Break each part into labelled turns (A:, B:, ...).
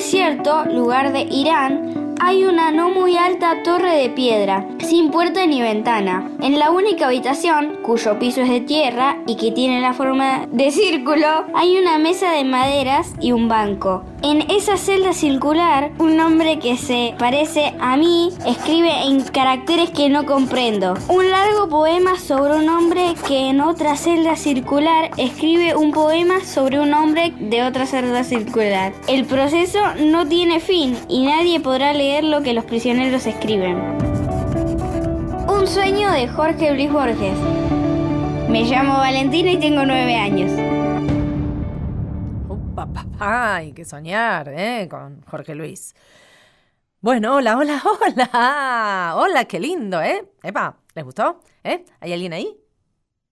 A: cierto lugar de Irán hay una no muy alta torre de piedra, sin puerta ni ventana. En la única habitación, cuyo piso es de tierra y que tiene la forma de círculo, hay una mesa de maderas y un banco. En esa celda circular, un hombre que se parece a mí escribe en caracteres que no comprendo. Un largo poema sobre un hombre que en otra celda circular escribe un poema sobre un hombre de otra celda circular. El proceso no tiene fin y nadie podrá leer lo que los prisioneros escriben. Un sueño de Jorge Luis Borges. Me llamo Valentina y tengo nueve años.
B: Upa, pa, pa, hay que soñar, ¿eh? Con Jorge Luis. Bueno, hola, hola, hola. Hola, qué lindo, ¿eh? Epa, ¿les gustó? ¿Eh? ¿Hay alguien ahí?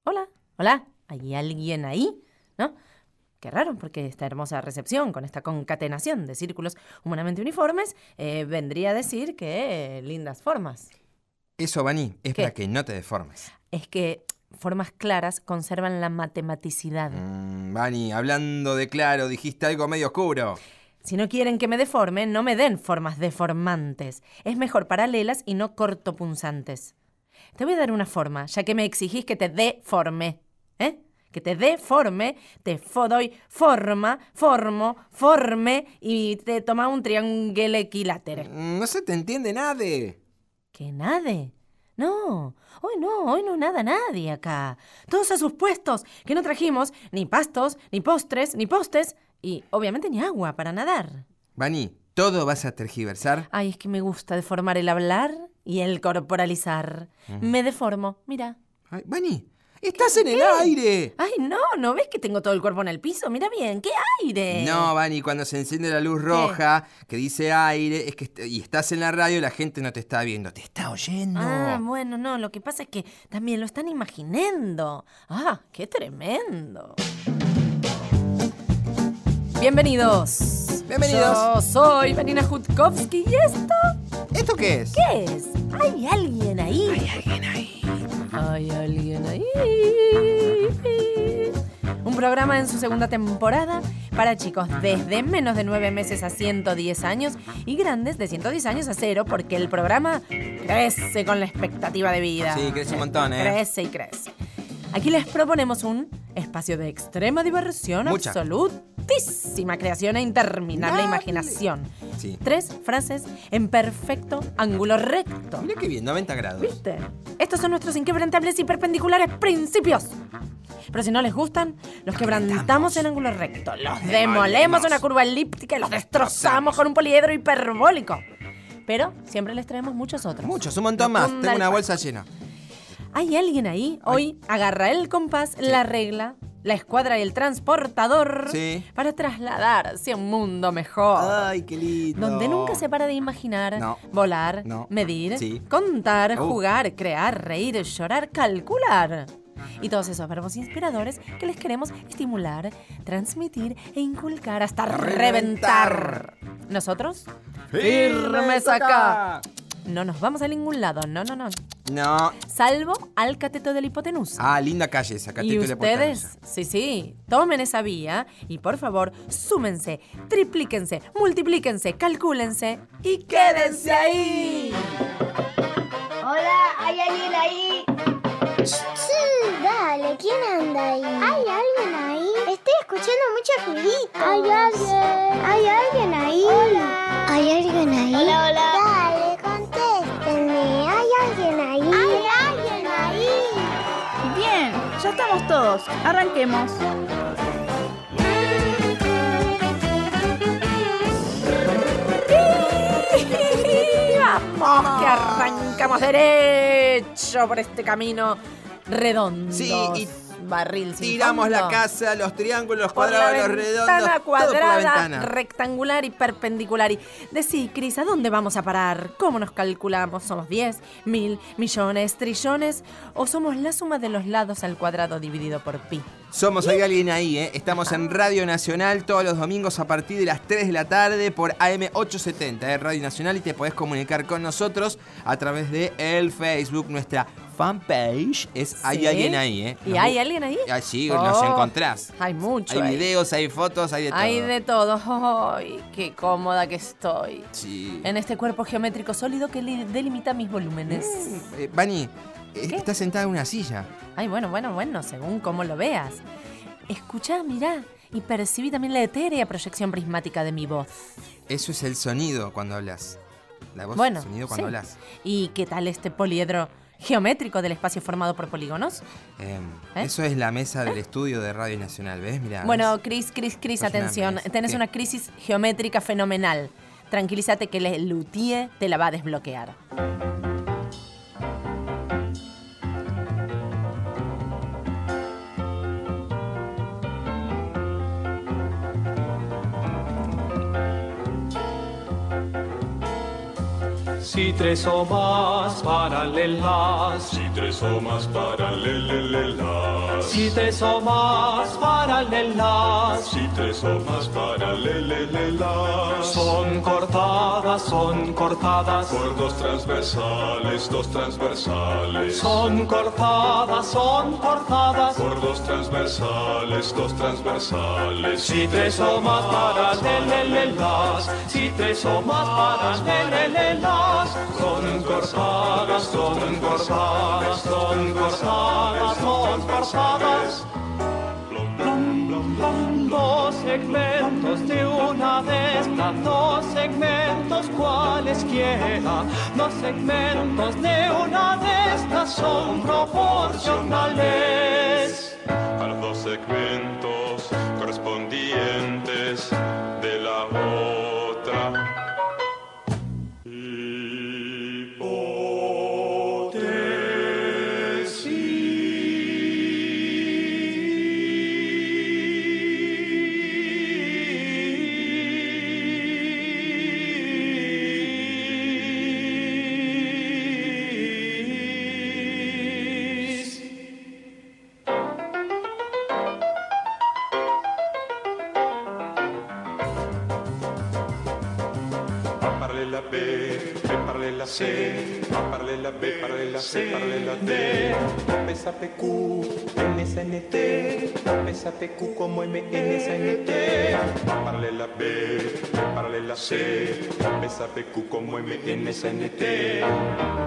B: Hola, hola. ¿Hay alguien ahí? ¿No? Qué raro, porque esta hermosa recepción con esta concatenación de círculos humanamente uniformes eh, vendría a decir que eh, lindas formas.
C: Eso, Bani, es
B: ¿Qué?
C: para que no te deformes.
B: Es que formas claras conservan la matematicidad.
C: Mm, Bani, hablando de claro, dijiste algo medio oscuro.
B: Si no quieren que me deforme, no me den formas deformantes. Es mejor paralelas y no cortopunzantes. Te voy a dar una forma, ya que me exigís que te deforme. ¿Eh? Que te deforme, te fo- doy forma, formo, forme y te toma un triángulo equilátero.
C: Mm, No se te entiende nada.
B: ¿Que nadie? No, hoy no, hoy no nada nadie acá. Todos a sus puestos, que no trajimos ni pastos, ni postres, ni postes y obviamente ni agua para nadar.
C: Bani, todo vas a tergiversar.
B: Ay, es que me gusta deformar el hablar y el corporalizar. Me deformo, mira.
C: Ay, Bani, estás en el aire.
B: Ay, no, ¿no ves que tengo todo el cuerpo en el piso? Mira bien, qué aire.
C: No, Bani, cuando se enciende la luz roja que dice aire es que est- y estás en la radio, la gente no te está viendo, te está oyendo.
B: Ah, bueno, no, lo que pasa es que también lo están imaginando. Ah, qué tremendo. Bienvenidos.
C: Bienvenidos.
B: Yo soy Vanina Jutkowski y esto
C: ¿Esto qué es?
B: qué es. Hay alguien ahí. Hay alguien ahí. Un programa en su segunda temporada para chicos desde menos de 9 meses a 110 años y grandes de 110 años a cero, porque el programa crece con la expectativa de vida.
C: Sí, crece un montón, ¿eh?
B: Crece y crece. Aquí les proponemos un espacio de extrema diversión,
C: Mucha.
B: absolutísima creación e interminable
C: Dale.
B: imaginación.
C: Sí.
B: Tres frases en perfecto ángulo recto.
C: Mira qué bien, 90 grados.
B: ¿Viste? Estos son nuestros inquebrantables y perpendiculares principios. Pero si no les gustan, los quebrantamos en ángulo recto, los demolemos
C: Demolemos.
B: en una curva elíptica y los destrozamos con un poliedro hiperbólico. Pero siempre les traemos muchos otros.
C: Muchos, un montón más.
B: Rotunda
C: Tengo
B: el
C: una
B: pan.
C: bolsa llena.
B: ¿Hay alguien ahí? Hoy agarra el compás, la regla, la escuadra y el transportador
C: Sí.
B: para trasladarse a un mundo mejor.
C: Ay, qué lindo.
B: Donde nunca se para de imaginar,
C: No.
B: volar,
C: No.
B: medir,
C: Sí.
B: contar,
C: Uh.
B: jugar, crear, reír, llorar, calcular. Y todos esos verbos inspiradores que les queremos estimular, transmitir e inculcar hasta reventar.
C: Reventar.
B: Nosotros, firmes acá. No nos vamos a ningún lado, no, no, no.
C: No.
B: Salvo al cateto de la hipotenusa.
C: Ah, linda calle esa. acá
B: Y
C: te estoy
B: ustedes, sí, sí, tomen esa vía y por favor, súmense, triplíquense, multiplíquense, calcúlense y quédense ahí.
D: Hola, ¿hay alguien ahí?
E: Sí, dale, ¿quién anda ahí? ¿Hay alguien ahí? Estoy escuchando muchos ruiditos. ¿Hay alguien? ¿Hay alguien ahí? Hola. ¿Hay alguien ahí? Hola, hola. Dale, contéstenme. ¿Hay alguien ahí? ¿Hay alguien ahí?
D: Bien, ya estamos todos. Arranquemos.
B: Vamos, que arrancamos derecho por este camino redondo.
C: Sí, y
B: barril sin
C: Tiramos
B: fondo.
C: la casa, los triángulos,
B: Por la
C: cuadrados, los redondos.
B: ventana
C: todo por la
B: cuadrada,
C: ventana.
B: rectangular y perpendicular. Y decí, Cris, ¿a dónde vamos a parar? ¿Cómo nos calculamos? ¿Somos 10, mil, millones, trillones? ¿O somos la suma de los lados al cuadrado dividido por pi?
C: Somos Hay Alguien Ahí, ¿eh? Estamos en Radio Nacional todos los domingos a partir de las 3 de la tarde por ¿eh? AM870 de Radio Nacional y te podés comunicar con nosotros a través de el Facebook, nuestra fanpage es Hay
B: Sí.
C: alguien ahí, ¿eh?
B: ¿Y
C: Nos
B: hay
C: bu-
B: alguien ahí?
C: Ah, sí,
B: Oh,
C: nos encontrás.
B: Hay mucho.
C: Hay
B: ahí.
C: videos, hay fotos, hay de todo.
B: Hay de todo. ¡Ay, qué cómoda que estoy!
C: Sí.
B: En este cuerpo geométrico sólido que li- delimita mis volúmenes.
C: Eh, Vani, eh, estás sentada en una silla.
B: Ay, bueno, bueno, bueno, según cómo lo veas. Escuchá, mirá, y percibí también la etérea proyección prismática de mi voz.
C: Eso es el sonido cuando hablas. La voz
B: Bueno,
C: el sonido cuando
B: sí.
C: hablas.
B: ¿Y qué tal este poliedro geométrico del espacio formado por polígonos?
C: Em,
B: ¿Eh?
C: Eso es la mesa del estudio de Radio Nacional, ¿ves? Mira.
B: Bueno, Cris, Cris, Cris,
C: Pues una
B: atención.
C: vez,
B: Tenés
C: ¿qué?
B: una crisis geométrica fenomenal. Tranquilízate que el luthier te la va a desbloquear.
F: Si tres o más paralelas,
G: Si tres o más paralelas.
F: si tres o más paralelas,
G: Si tres o más paralelas.
F: son cortadas, son cortadas,
G: por dos transversales, dos transversales.
F: son cortadas, son cortadas.
G: Por dos transversales, dos transversales.
F: Si tres o más paralelas, si tres o más paralelas, son cortadas, son cortadas, son cortadas, son cortadas. Dos segmentos de una de estas, dos segmentos cualesquiera, dos segmentos de una de estas son proporcionales.
G: A los dos segmentos correspondientes de la otra. A paralela B, B paralela C, A paralela B paralela C paralela D.
F: PSAPQ, NSNT, PSAPQ como MNSNT.
G: Paralela B, B paralela C, PSAPQ como MNSNT.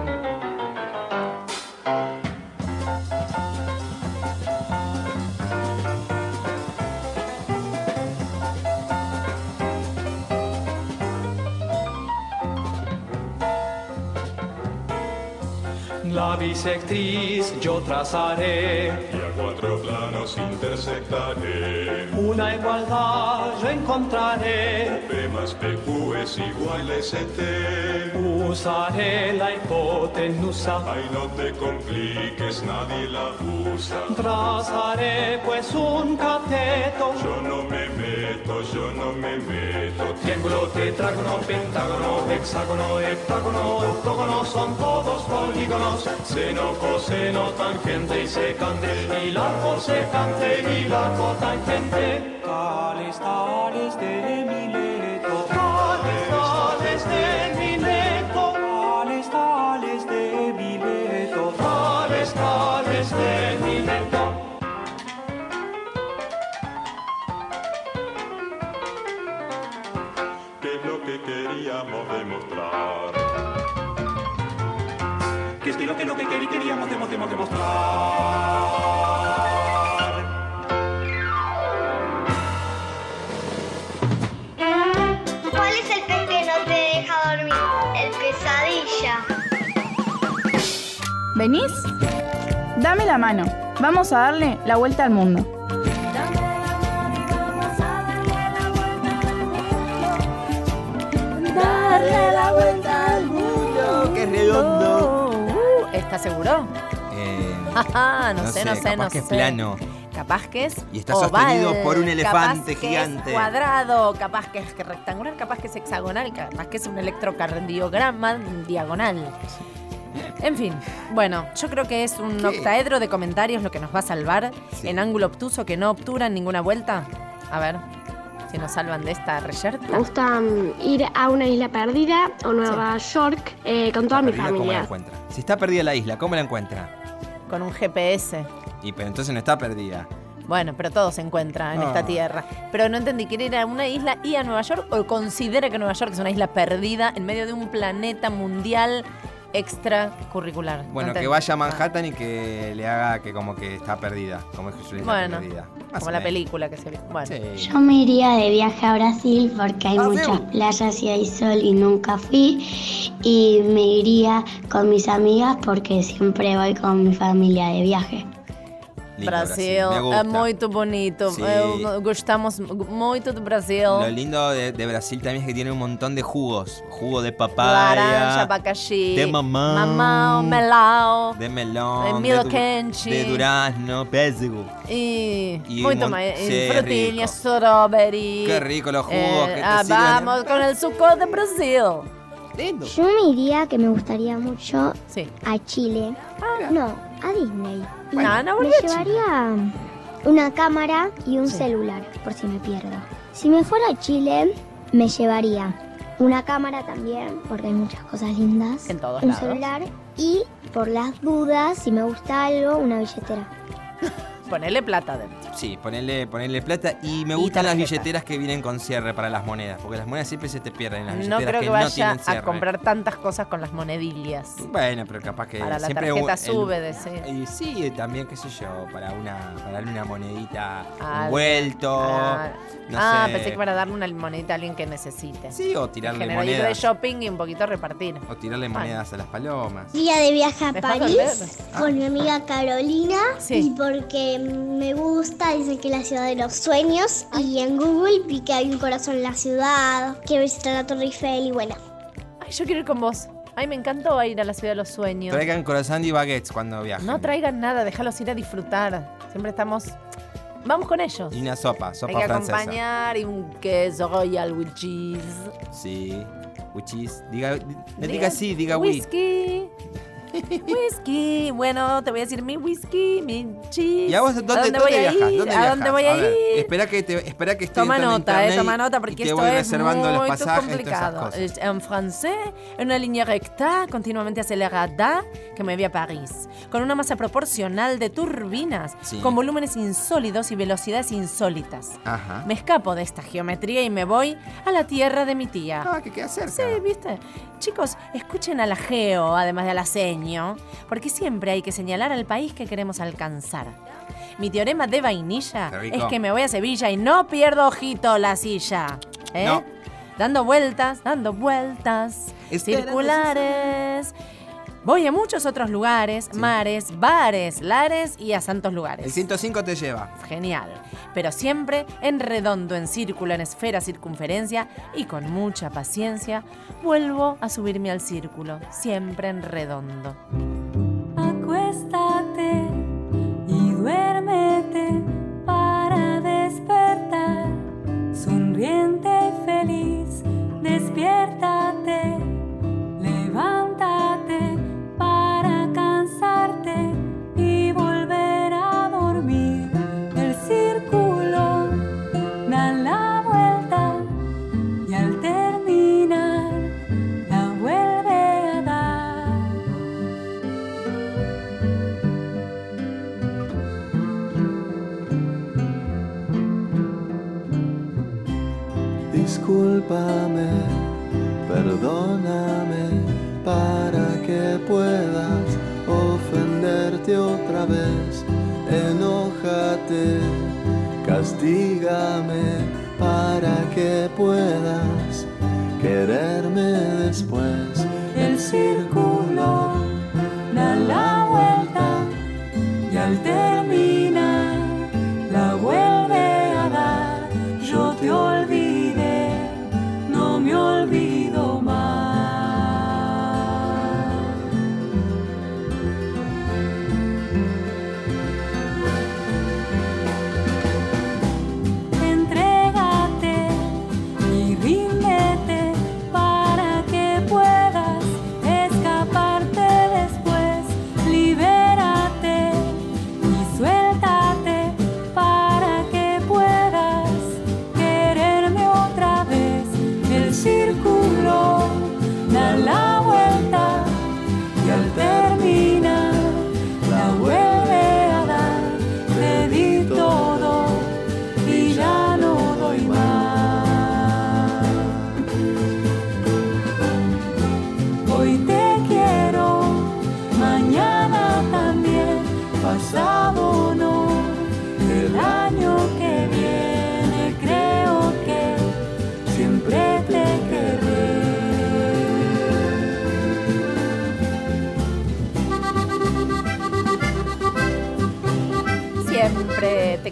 F: La bisectriz yo trazaré,
G: Y a cuatro planos intersectaré.
F: una igualdad yo encontraré.
G: B más PQ es igual a ST.
F: Usaré la hipotenusa,
G: Ay, no te compliques, nadie la usa.
F: trazaré pues un cateto.
G: Yo no me meto, yo no me meto.
F: Triángulo, tetrágono, pentágono, hexágono, heptágono, octógono, son todos polígonos. Seno, coseno, tangente y secante, y la cosecante y la cotangente. Tales, tales de Mileto, tales, tales de Mileto, tales, tales de Mileto, tales, tales de Mileto.
G: que es lo que queríamos demostrar.
F: Que es que lo que lo que querí- queríamos demos, demos, demostrar.
E: ¿Cuál es el pez que no te deja dormir? El pesadilla.
D: ¿Venís? Dame la mano. Vamos a darle la vuelta al mundo.
E: Darle la vuelta al mundo.
C: ¡Qué redondo!
B: Uh, ¿Estás seguro?
C: Eh,
B: Ajá, no,
C: No
B: sé,
C: sé,
B: no sé,
C: capaz
B: no
C: que es
B: sé.
C: plano.
B: Capaz que es.
C: Y está sostenido
B: oval,
C: por un
B: capaz
C: elefante
B: que
C: gigante.
B: Es cuadrado, capaz que es rectangular, capaz que es hexagonal, capaz que es un electrocardiograma diagonal. En fin, bueno, yo creo que es un
C: ¿Qué?
B: octaedro de comentarios lo que nos va a salvar
C: Sí.
B: en ángulo obtuso que no obtura en ninguna vuelta. A ver si nos salvan de esta
H: Me
B: reyerta.
H: gusta mm, ir a una isla perdida o Nueva York eh, con toda mi
C: Arriba, ¿Cómo la
H: familia.
C: encuentra? Si está perdida la isla, ¿cómo la encuentra?
B: con un GPS.
C: Y pero entonces no está perdida.
B: Bueno, pero todo se encuentra en
C: Ah.
B: esta tierra. Pero no entendí, ¿quiere ir a una isla y a Nueva York o considera que Nueva York es una isla perdida en medio de un planeta mundial extracurricular? No
C: Bueno, que
B: entendí. Ah.
C: vaya a Manhattan y que le haga que como que está perdida. Como que su isla
B: Bueno,
C: perdida. Más o
B: Como la
C: menos.
B: película que se vio. Bueno.
C: Sí.
I: Yo me iría de viaje a Brasil porque hay
C: Brasil.
I: muchas playas y hay sol y nunca fui. Y me iría con mis amigas porque siempre voy con mi familia de viaje.
C: Lindo
B: Brasil,
C: Me
B: es
C: gusta.
B: muy bonito.
C: Sí.
B: Eh, gustamos mucho de Brasil.
C: Lo lindo de, de Brasil también es que tiene un montón de jugos. Jugo de papaya.
B: Laranja, abacaxi,
C: de mamão.
B: mamão, melao
C: De melón.
B: de
C: du-
B: milkenchi.
C: de durazno. Pésego.
B: y,
C: Y
B: muito
C: mon-
B: mais.
C: sí,
B: Frutinha,
C: rico.
B: strawberry.
C: Qué rico los jugos
B: eh, Eh,
C: que te
B: ah,
C: sirven.
B: vamos con el suco de Brasil.
C: Lindo.
J: Yo me iría, que me gustaría mucho,
B: Sí.
J: a Chile. No, a Disney. Y
B: Bueno, no,
J: me
B: volví a Chile.
J: llevaría una cámara y un celular, por si me pierdo. Si me fuera a Chile, me llevaría una cámara también, porque hay muchas cosas lindas.
B: En todos
J: un
B: lados.
J: celular y, por las dudas, si me gusta algo, una billetera.
B: Ponele plata dentro.
C: Sí, ponerle, ponerle plata. Y me
B: Y
C: gustan las
B: tarjeta.
C: billeteras que vienen con cierre para las monedas. Porque las monedas siempre se te pierden. en Las
B: No
C: billeteras
B: creo que,
C: no
B: vaya
C: tienen cierre.
B: a comprar tantas cosas con las monedillas.
C: Bueno, pero capaz que
B: Para la
C: siempre
B: tarjeta
C: el-
B: sube, decís.
C: Y sí, también, qué sé yo, para una, para darle una monedita,
B: Ah,
C: un vuelto,
B: ah,
C: no
B: ah,
C: sé.
B: pensé que para darle una monedita a alguien que necesite.
C: Sí, o
B: En
C: tirarle
B: general, ir de
C: monedas.
B: shopping y un poquito repartir.
C: O tirarle
B: Bueno.
C: monedas a las palomas.
J: Día de viaje a
B: ¿Me falta el
J: París con mi amiga Carolina
B: Sí.
J: y porque me gusta, dicen que es la ciudad de los sueños y en Google vi que hay un corazón en la ciudad, quiero visitar la Torre Eiffel y bueno.
B: Ay, yo quiero ir con vos. Ay, me encantó ir a la ciudad de los sueños.
C: Traigan corazón y baguettes cuando viajen.
B: No traigan nada, déjalos ir a disfrutar. Siempre estamos. Vamos con ellos.
C: Y una sopa,
B: Hay
C: sopa
B: que
C: francesa.
B: acompañar y un queso royal with cheese.
C: Sí. Uchis. Diga, di- no
B: Diga-
C: diga sí, diga oui.
B: Whisky. Whisky. Bueno, te voy a decir mi whisky, mi cheese.
C: ¿Y a vos dónde,
B: ¿A dónde,
C: dónde
B: voy a
C: viajas?
B: ir?
C: ¿Dónde
B: ¿A
C: viajas?
B: dónde voy a,
C: ver,
B: ir?
C: Espera que, te, espera que estoy
B: Toma
C: entrando en
B: nota, eh,
C: internet
B: toma nota,
C: y
B: porque
C: te
B: esto
C: voy
B: es
C: reservando los
B: muy
C: pasajes, todas esas
B: complicado.
C: cosas.
B: Es En francés, en una línea recta, continuamente acelerada, que me voy a París. Con una masa proporcional de turbinas,
C: Sí.
B: con volúmenes insólidos y velocidades insólitas.
C: Ajá.
B: Me escapo de esta geometría y me voy a la tierra de mi tía.
C: Ah, que queda cerca.
B: Sí, viste. Chicos, escuchen a la geo, además de al aseño, porque siempre hay que señalar al país que queremos alcanzar. Mi teorema de vainilla
C: Qué rico.
B: es que me voy a Sevilla y no pierdo ojito la silla. ¿eh?
C: No.
B: Dando vueltas, dando vueltas,
C: Espera,
B: circulares. Voy a muchos otros lugares, mares, bares, lares y a santos lugares.
C: El 105 te lleva.
B: Genial. Pero siempre en redondo, en círculo, en esfera, circunferencia y con mucha paciencia vuelvo a subirme al círculo, siempre en redondo. Acuéstate y duérmete para despertar. Sonriente y feliz, despiértate. Levántate para cansarte y volver a dormir. El círculo da la vuelta y al terminar la vuelve a dar.
K: Discúlpame, perdóname para que puedas ofenderte otra vez. Enójate, castígame para que puedas quererme después. El círculo da la vuelta y al terminar la vuelve a dar. Yo te olvidé, no me olvido más. Entrégate y ríndete para que puedas escapar.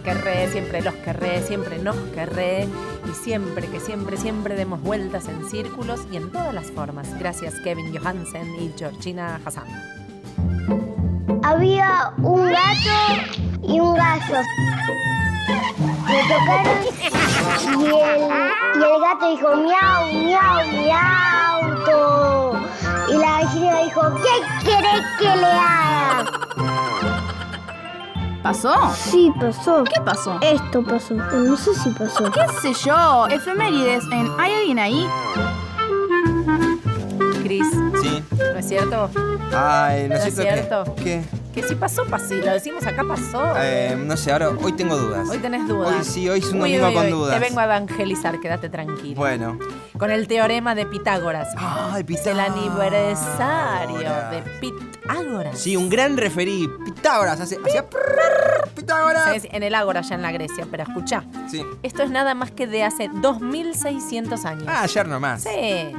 B: querré, siempre los querré, siempre nos querré. Y siempre que siempre, siempre demos vueltas en círculos y en todas las formas. Gracias Kevin Johansen y Georgina Hassan.
L: Había un gato y un gallo. Me tocaron y el, y el gato dijo miau, miau, miau. to". Y la gallina dijo, ¿qué querés que le haga?
D: ¿Pasó?
L: Sí, pasó.
D: ¿Qué pasó?
L: Esto pasó. No sé si pasó.
D: ¿Qué sé yo? Efemérides en ¿Hay alguien ahí?
B: Cris,
C: Sí.
B: ¿no es cierto?
C: Ay,
B: No
C: ¿no
B: es
C: es cierto?
B: cierto.
C: que- ¿Qué?
B: Que si pasó, pasó. Lo decimos acá, pasó.
C: Eh, no sé, ahora hoy tengo dudas.
B: Hoy tenés dudas.
C: Hoy sí, hoy es un
B: Uy,
C: domingo
B: uy,
C: con
B: uy,
C: dudas.
B: Te vengo a evangelizar, quédate tranquilo.
C: Bueno.
B: Con el teorema de Pitágoras.
C: Ay,
B: Es el aniversario de Pitágoras.
C: Sí, un gran referí. Pitágoras, hace, hacía prrr, Pitágoras.
B: Es En el Ágora, ya en la Grecia, pero escuchá.
C: Sí.
B: Esto es nada más que de hace 2600 años.
C: Ah, ayer nomás.
B: Sí.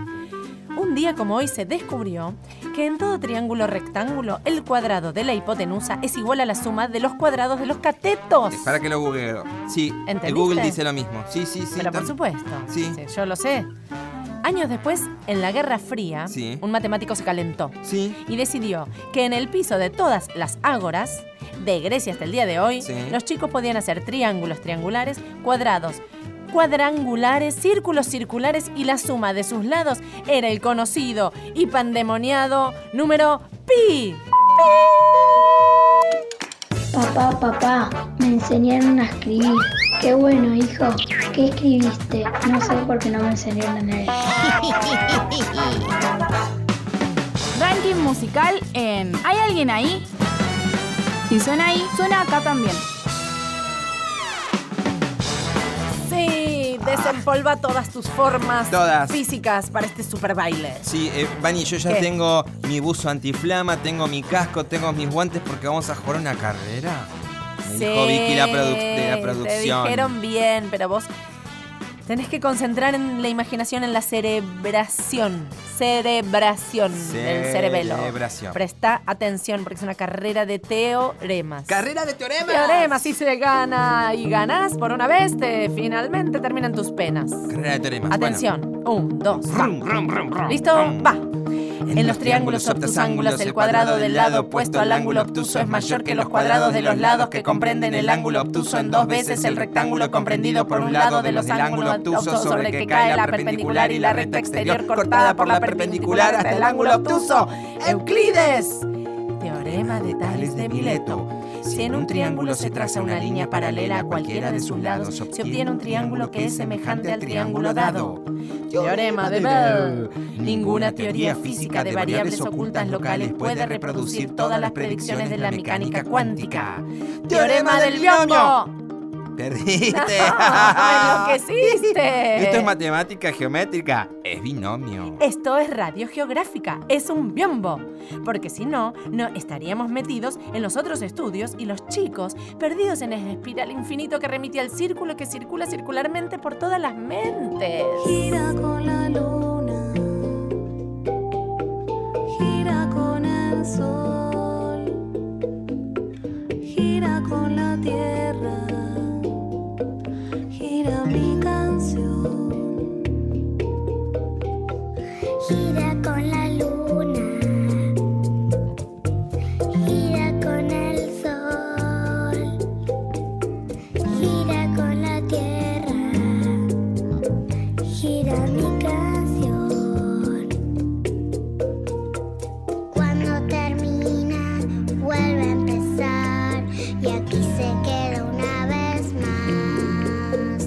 B: Un día como hoy se descubrió que en todo triángulo rectángulo el cuadrado de la hipotenusa es igual a la suma de los cuadrados de los catetos.
C: Para que lo googleo. Sí,
B: ¿Entendiste?
C: el Google dice lo mismo. Sí, sí, sí.
B: Pero por
C: tam-
B: supuesto.
C: Sí.
B: Yo lo sé. Años después, en la Guerra Fría,
C: Sí.
B: un matemático se calentó
C: Sí.
B: y decidió que en el piso de todas las ágoras, de Grecia hasta el día de hoy,
C: Sí.
B: los chicos podían hacer triángulos triangulares, cuadrados cuadrangulares, círculos circulares y la suma de sus lados era el conocido y pandemoniado número pi.
I: Papá, papá, me enseñaron a escribir. Qué bueno, hijo. ¿Qué escribiste? No sé por qué no me enseñaron a leer.
D: Ranking musical en ¿Hay alguien ahí? Si suena ahí, suena acá también.
B: Sí, desempolva todas tus formas
C: Todas.
B: físicas para este super baile.
C: Sí, eh, Vani, yo ya
B: ¿Qué?
C: tengo mi buzo antiflama, tengo mi casco, tengo mis guantes porque vamos a jugar una carrera. Me dijo Vicky la produ- de la producción.
B: Te dijeron bien, pero vos tenés que concentrar en la imaginación, en la cerebración. Cerebración del cerebelo.
C: Cerebración.
B: Presta atención porque es una carrera de teoremas.
C: ¡Carrera de teoremas!
B: Teoremas, si se gana y ganás por una vez, te, finalmente terminan tus penas.
C: Carrera de teoremas. bueno.
B: Atención, un, dos, va.
C: Rum, rum, rum, rum,
B: ¿Listo?
C: rum.
B: Va. En los triángulos obtusángulos, el cuadrado del lado opuesto al ángulo obtuso es mayor que los cuadrados de los lados que comprenden el ángulo obtuso en dos veces el rectángulo comprendido por un lado de los ángulos obtusos sobre el que cae la perpendicular y la recta exterior cortada por la perpendicular hasta el ángulo obtuso. ¡Euclides! Teorema de Tales de Mileto. Si en un triángulo se traza una línea paralela a cualquiera de sus lados, se obtiene un triángulo que es semejante al triángulo dado. Teorema de Bell. Ninguna teoría física de variables ocultas locales puede reproducir todas las predicciones de la mecánica cuántica. Teorema del biombo.
C: Perdiste.
B: ¡Ah, enloqueciste!
C: Esto es matemática geométrica. Es binomio.
B: Esto es radio geográfica, es un biombo, porque si no, no estaríamos metidos en los otros estudios y los chicos perdidos en esa espiral infinito que remite al círculo que circula circularmente por todas las mentes.
M: Gira con la luna, gira con el sol, gira con la tierra, gira mi canción.
L: Gira con la luna, gira con el sol, gira con la tierra, gira mi canción. Cuando termina, vuelve a empezar y aquí se queda una vez más.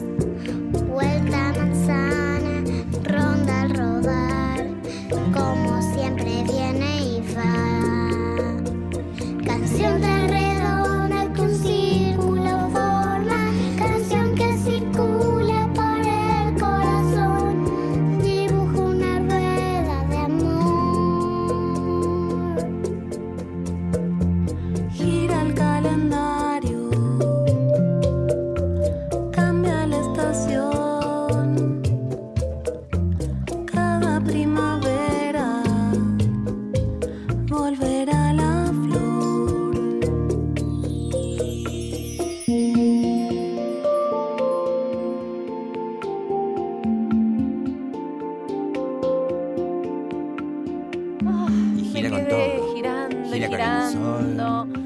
C: con
B: quedé
C: todo.
B: girando
C: Gira
B: y
C: con el sol.
B: girando.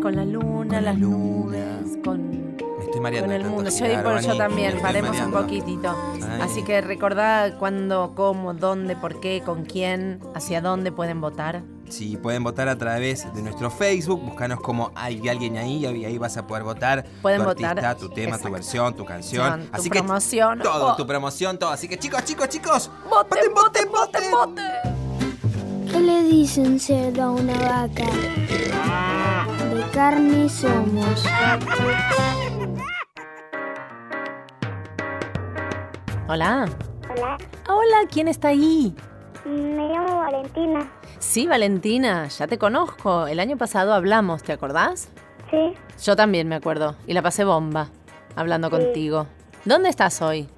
B: Con la luna,
C: Con la
B: las
C: luna.
B: nubes, con,
C: Me estoy mareando.
B: con
C: de
B: el
C: tanto
B: mundo. Yo,
C: girar,
B: por yo
C: Vani, me
B: también,
C: estoy
B: paremos un
C: mareando.
B: poquitito.
C: Ay.
B: Así que recordá cuándo, cómo, dónde, por qué, con quién, hacia dónde pueden votar.
C: Si pueden votar a través de nuestro Facebook, búscanos como hay alguien ahí y ahí vas a poder votar
B: Pueden
C: tu
B: votar.
C: artista, tu tema, tu
B: Exacto.
C: versión, tu canción.
B: Son tu
C: Así que
B: promoción.
C: todo,
B: Oh.
C: tu promoción, todo. Así que chicos, chicos, chicos,
B: ¡Voten, voten, voten, voten!
E: ¿Qué le dice un cerdo a una vaca? De carne somos.
B: Hola. Hola, ¿quién está ahí?
E: Me llamo Valentina.
B: Sí, Valentina, ya te conozco. El año pasado hablamos, ¿te acordás?
E: Sí,
B: Yo también me acuerdo. Y la pasé bomba, hablando
E: Sí.
B: contigo. ¿Dónde estás hoy?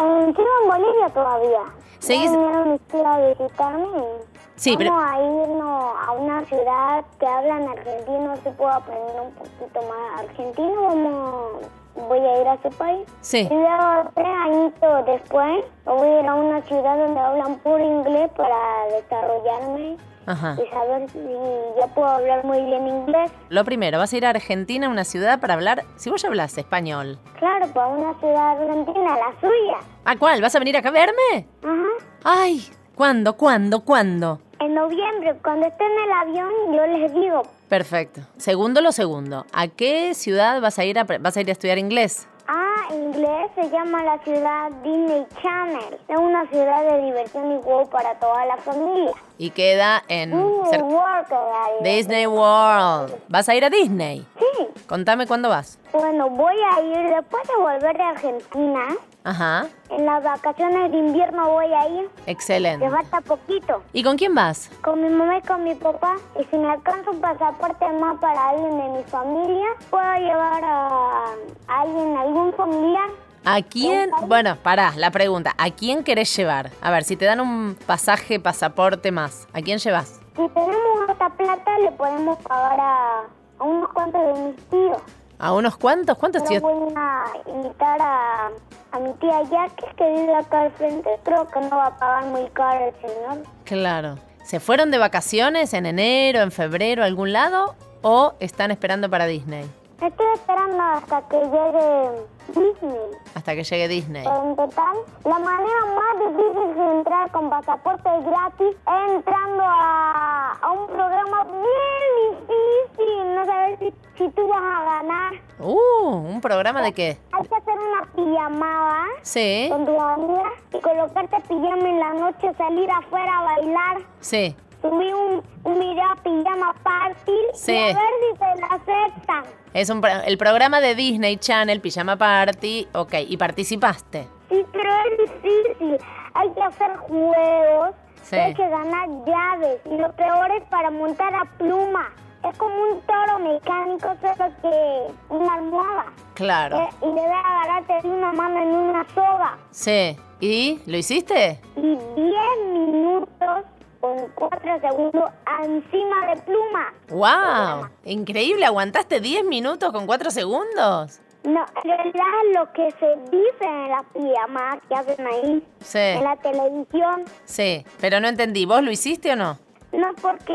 E: Eh, sigo en Bolivia todavía.
B: ¿Seguís?
E: Vinieron mis tíos a visitarme y
B: Sí, pero-
E: vamos a irnos a una ciudad que hablan argentino, si puedo aprender un poquito más argentino, vamos, voy a ir a su país.
B: Sí.
N: Eh,
E: Y luego, tres añitos después, voy a ir a una ciudad donde hablan puro inglés para desarrollarme
B: Ajá.
E: y saber si yo puedo hablar muy bien inglés.
B: Lo primero, vas a ir a Argentina, a una ciudad para hablar. Si vos ya hablas español.
E: Claro, para una ciudad argentina, la suya.
B: ¿A cuál? ¿Vas a venir acá a verme?
E: Ajá.
B: ¡Ay! ¿Cuándo, cuándo, cuándo?
E: En noviembre, cuando esté en el avión, yo les digo,
B: Perfecto. Segundo lo segundo. ¿A qué ciudad vas a ir a, pre- vas a, ir a estudiar inglés?
E: Ah, inglés se llama la ciudad Disney Channel. Es una ciudad de diversión y juego para toda la familia.
B: Y queda en...
E: Disney
B: cer-
E: World, que hay.
B: Disney World. ¿Vas a ir a Disney?
E: Sí.
B: Contame cuándo vas.
E: Bueno, voy a ir después de volver de Argentina.
B: Ajá.
E: En las vacaciones de invierno voy a ir.
B: Excelente.
E: Me falta poquito.
B: ¿Y con quién vas?
E: Con mi mamá y con mi papá. Y si me alcanza un pasaporte más para alguien de mi familia, puedo llevar a alguien, algún familiar.
B: ¿A quién? Bueno, pará, la pregunta. ¿A quién querés llevar? A ver, si te dan un pasaje, pasaporte más, ¿a quién llevas?
E: Si tenemos harta plata, le podemos pagar a, a unos cuantos de mis tíos.
B: ¿A unos cuantos? ¿Cuántos
E: Yo
B: tíos?
E: voy a invitar a, a mi tía Jackie, que vive acá al frente. Creo que no va a pagar muy caro el señor.
B: Claro. ¿Se fueron de vacaciones en enero, en febrero, a algún lado? ¿O están esperando para Disney?
E: Estoy esperando hasta que llegue Disney.
B: Hasta que llegue Disney.
E: En total, la manera más difícil de entrar con pasaporte gratis es entrando a, a un programa bien difícil. No sabes si, si tú vas a ganar.
B: Uh, ¿un programa de qué?
E: Hay que hacer una pijamada.
B: Sí,
E: con tu amiga y colocarte pijama en la noche, salir afuera a bailar,
B: sí.
E: subir un, un video a pijama party
B: Sí.
E: y a ver si te la aceptan.
B: Es un pro- el programa de Disney Channel, Pijama Party. Ok, y participaste.
E: Sí, pero es difícil. Hay que hacer juegos,
B: Sí.
E: hay que ganar llaves y lo peor es para montar a pluma. Es como un toro mecánico, solo que una almohada.
B: Claro.
E: Eh, y debes agarrarte de una mano en una soga.
B: Sí. ¿Y lo hiciste?
E: y 10 minutos con 4 segundos encima de pluma.
B: ¡Wow! Increíble, aguantaste 10 minutos con 4 segundos.
E: No, en realidad lo que se dice en las pijamas que hacen ahí,
B: Sí,
E: en la televisión,
B: sí, pero no entendí. ¿Vos lo hiciste o no?
E: no porque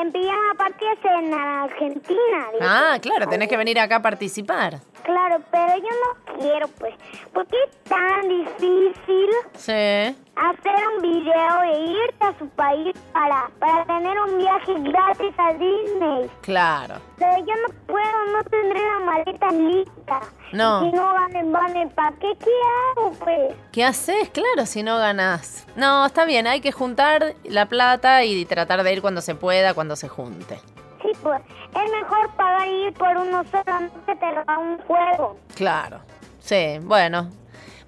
E: en pijama aparte es en Argentina. dice.
B: Ah, claro, tenés que venir acá a participar.
E: Claro, pero yo no quiero, pues, porque es tan difícil
B: Sí.
E: hacer un video e irte a su país para, para tener un viaje gratis a Disney.
B: Claro.
E: Pero yo no puedo, no tendré la maleta lista.
B: No.
E: Y Si no ganen, ganen, ¿para qué? ¿Qué hago, pues?
B: ¿Qué haces? Claro, si no ganás. No, está bien, hay que juntar la plata y tratar de ir cuando se pueda, cuando se junte.
E: Sí, pues, es mejor pagar y ir por uno solo, no que te lo haga un juego.
B: Claro. Sí, bueno.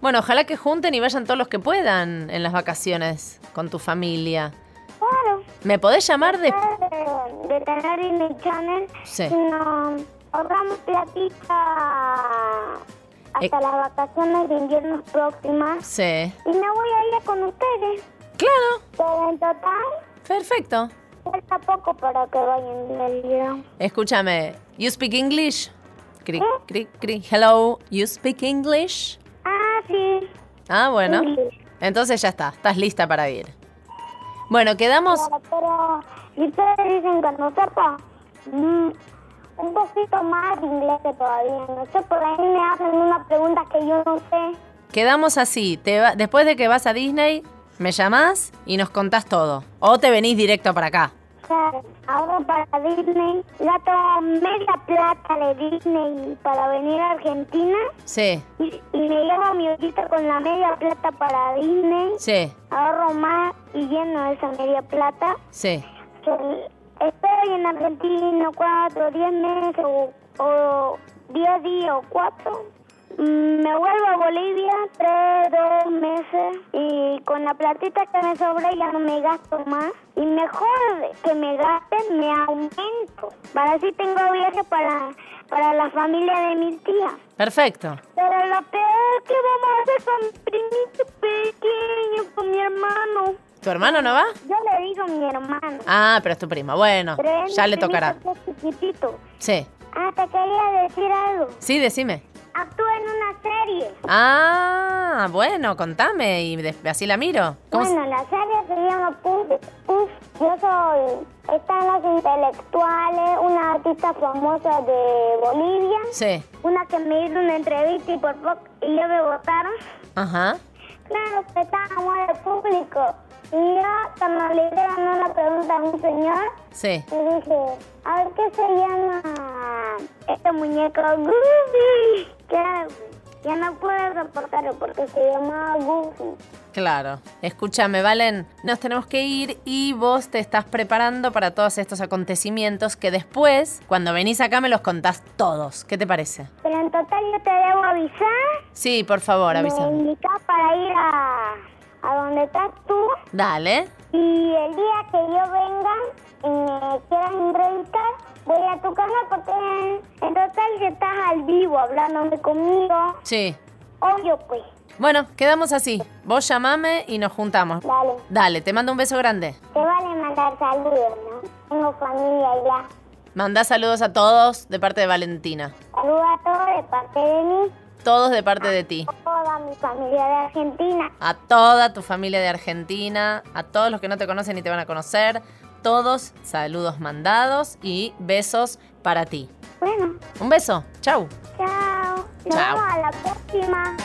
B: Bueno, ojalá que junten y vayan todos los que puedan en las vacaciones con tu familia.
E: Claro.
B: ¿Me podés llamar de...
E: De, de tener Disney Channel,
B: Sí.
E: si no ahorramos platita hasta
B: Eh.
E: las vacaciones de invierno próximas.
B: Sí.
E: Y me voy a ir con ustedes.
B: Claro.
E: Pero en total,
B: Perfecto.
E: falta poco para que vayan del día.
B: Escúchame, you speak English. Cric, cric, cric. Hello, you speak English.
E: Ah, sí.
B: Ah, bueno.
E: English.
B: Entonces ya está, estás lista para ir. Bueno, quedamos.
E: Pero, pero, ¿y ustedes dicen que nosotros mm, un poquito más de inglés que todavía? No sé, por ahí me hacen una pregunta que yo no sé.
B: Quedamos así. Te va- después de que vas a Disney, me llamás y nos contás todo. O te venís directo para acá.
E: Claro, ahora para Disney, gato media plata de Disney para venir a Argentina
B: Sí,
E: y, y me llevo mi ollita con la media plata para Disney.
B: sí,
E: Ahorro más y lleno esa media plata.
B: sí.
E: que Estoy en Argentina cuatro, diez meses o, o diez días o cuatro. Mm, Me vuelvo a Bolivia tres, dos meses y con la platita que me sobra ya no me gasto más. Y mejor que me gasten, me aumento. Para así tengo viaje para, para la familia de mis tías.
B: Perfecto.
E: Pero lo peor que vamos a hacer con mi primito pequeño, con mi hermano.
B: ¿Tu hermano no va?
E: Yo le digo a mi hermano.
B: Ah, pero es tu primo. Bueno,
E: Pero es
B: ya
E: mi
B: le tocará.
E: primito que es chiquitito.
B: Sí.
E: Ah, te quería decir algo.
B: Sí, decime.
E: Actúa en una serie.
B: Ah, bueno, contame y des- así la miro. ¿Cómo se-
E: Bueno, la serie se llama Puff. Puff. Yo soy. Están los intelectuales, una artista famosa de Bolivia.
B: Sí.
E: Una que me hizo una entrevista y por poco. Y yo me votaron.
B: Ajá.
E: Claro, que estábamos en el público. Y yo, cuando le hicieron una pregunta a un señor,
B: Sí.
E: le dije, a ver qué se llama este muñeco Goofy. Claro, ya no pude soportarlo porque se llamaba Goofy.
B: Claro. Escúchame, Valen, nos tenemos que ir y vos te estás preparando para todos estos acontecimientos que después, cuando venís acá, me los contás todos. ¿Qué te parece?
E: Pero en total yo te debo avisar.
B: Sí, por favor,
E: Me
B: avísame.
E: indicás para ir a, a donde estás tú.
B: Dale.
E: Y el día que yo venga y me quieras entrevistar, voy a tu casa porque en- en total ya estás al vivo hablándome conmigo.
B: Sí.
E: Obvio, pues.
B: Bueno, quedamos así. Vos llamame y nos juntamos.
E: Dale.
B: Dale, te mando un beso grande.
E: Te vale mandar saludos, ¿no? Tengo familia allá.
B: Mandá saludos a todos de parte de Valentina.
E: Saludos a todos de parte de mí,
B: Todos de parte de ti.
E: toda mi familia de Argentina.
B: A toda tu familia de Argentina, a todos los que no te conocen y te van a conocer. Todos saludos mandados y besos para ti.
E: Bueno,
B: Un beso. Chau.
E: chao. Nos
B: Chao.
E: vemos a la próxima.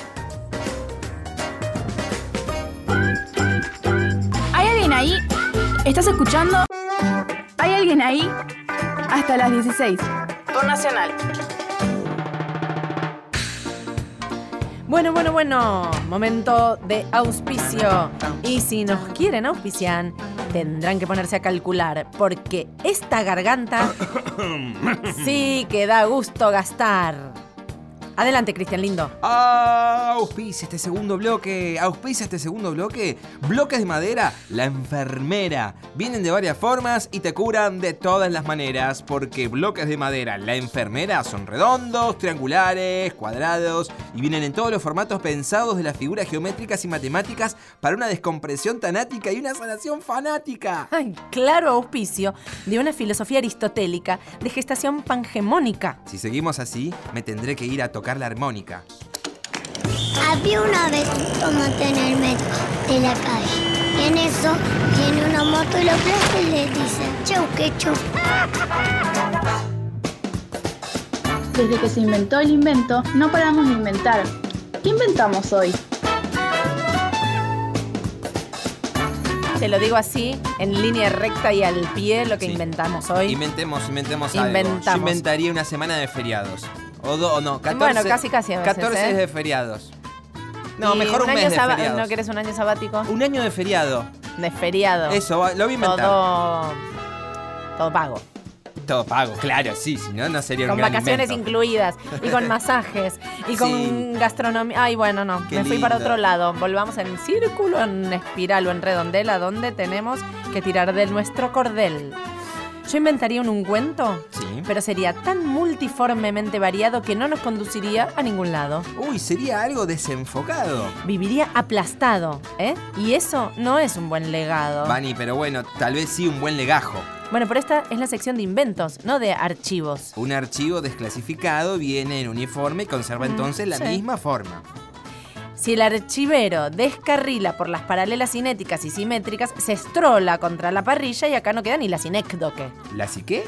D: ¿Hay alguien ahí? ¿Estás escuchando? ¿Hay alguien ahí? Hasta las 16. Por Nacional.
B: Bueno, bueno, bueno. Momento de auspicio. Y si nos quieren auspiciar, tendrán que ponerse a calcular porque esta garganta sí que da gusto gastar. Adelante, Cristian Lindo.
C: Auspicia este segundo bloque. Auspicia este segundo bloque. Bloques de madera, la enfermera. Vienen de varias formas y te curan de todas las maneras. Porque bloques de madera, la enfermera, son redondos, triangulares, cuadrados y vienen en todos los formatos pensados de las figuras geométricas y matemáticas para una descompresión tanática y una sanación fanática.
B: Ay, claro auspicio de una filosofía aristotélica de gestación pangemónica.
C: Si seguimos así, me tendré que ir a tocar la armónica.
J: Había una vez un tomate en el medio de la calle. Y en eso viene una moto y lo aplasta y le dice, chau, que chau.
D: Desde que se inventó el invento, no paramos de inventar. ¿Qué inventamos hoy?
B: Te lo digo así, en línea recta y al pie, lo que inventamos hoy.
C: Inventemos, inventemos algo. Yo
B: Inventamos.
C: inventaría una semana de feriados. O do- o no, 14.
B: Bueno, casi, casi a veces,
C: 14
B: ¿eh?
C: de feriados. No,
B: Y
C: mejor un,
B: año
C: mes de
B: saba-
C: feriados.
B: ¿No quieres un año sabático?
C: Un año de feriado.
B: De feriado.
C: Eso, va- lo voy a inventar.
B: Todo, todo pago.
C: Todo pago, claro, sí, si no, no sería
B: Con
C: un gran
B: vacaciones
C: invento.
B: incluidas. Y con masajes. Y con
C: Sí.
B: gastronomía. Ay, bueno, no.
C: Qué
B: me fui para
C: lindo.
B: otro lado. Volvamos en círculo, en espiral o en redondela, donde tenemos que tirar de nuestro cordel. Yo inventaría un ungüento,
C: Sí.
B: pero sería tan multiformemente variado que no nos conduciría a ningún lado.
C: Uy, sería algo desenfocado.
B: Viviría aplastado, ¿eh? Y eso no es un buen legado.
C: Vani, pero bueno, tal vez sí un buen legajo.
B: Bueno, pero esta es la sección de inventos, no de archivos.
C: Un archivo desclasificado viene en uniforme y conserva
B: Mm,
C: entonces la
B: sí.
C: misma forma.
B: Si el archivero descarrila por las paralelas cinéticas y simétricas, se estrola contra la parrilla y acá no queda ni la sinécdoque.
C: ¿La psique?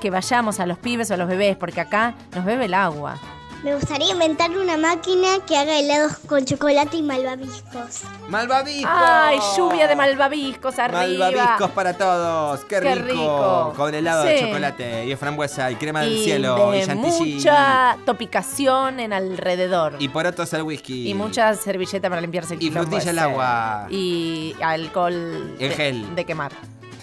B: Que vayamos a los pibes o a los bebés, porque acá nos bebe el agua.
E: Me gustaría inventar una máquina que haga helados con chocolate y malvaviscos.
C: ¡Malvaviscos!
B: ¡Ay, lluvia de malvaviscos arriba!
C: Malvaviscos para todos. ¡Qué,
B: Qué
C: rico.
B: rico.
C: Con helado de
B: Sí.
C: chantilly y frambuesa y crema del
B: y
C: cielo
B: de
C: y chantilly.
B: mucha topicación en alrededor.
C: Y porotos al whisky.
B: Y mucha servilleta para limpiarse el
C: Y
B: quilombo
C: frutilla al
B: ese.
C: agua.
B: Y alcohol
C: En
B: de-
C: gel.
B: de quemar.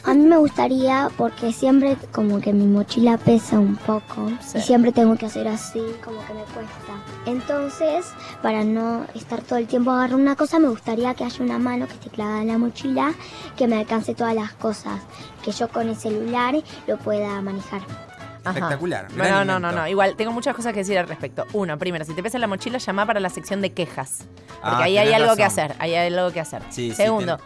J: A mí me gustaría porque siempre como que mi mochila pesa un poco
B: Sí.
J: y siempre tengo que hacer así, como que me cuesta. Entonces, para no estar todo el tiempo agarrando una cosa, me gustaría que haya una mano que esté clavada en la mochila, que me alcance todas las cosas, que yo con el celular lo pueda manejar.
B: Ajá.
C: Espectacular, gran
B: No, no, no,
C: invento.
B: no. Igual, tengo muchas cosas que decir al respecto. Uno, primero, si te pesa la mochila, llama para la sección de quejas. Porque
C: Ah,
B: ahí hay
C: tenés
B: algo que
C: razón.
B: hacer. Ahí hay algo que hacer.
C: Sí, sí,
B: Segundo,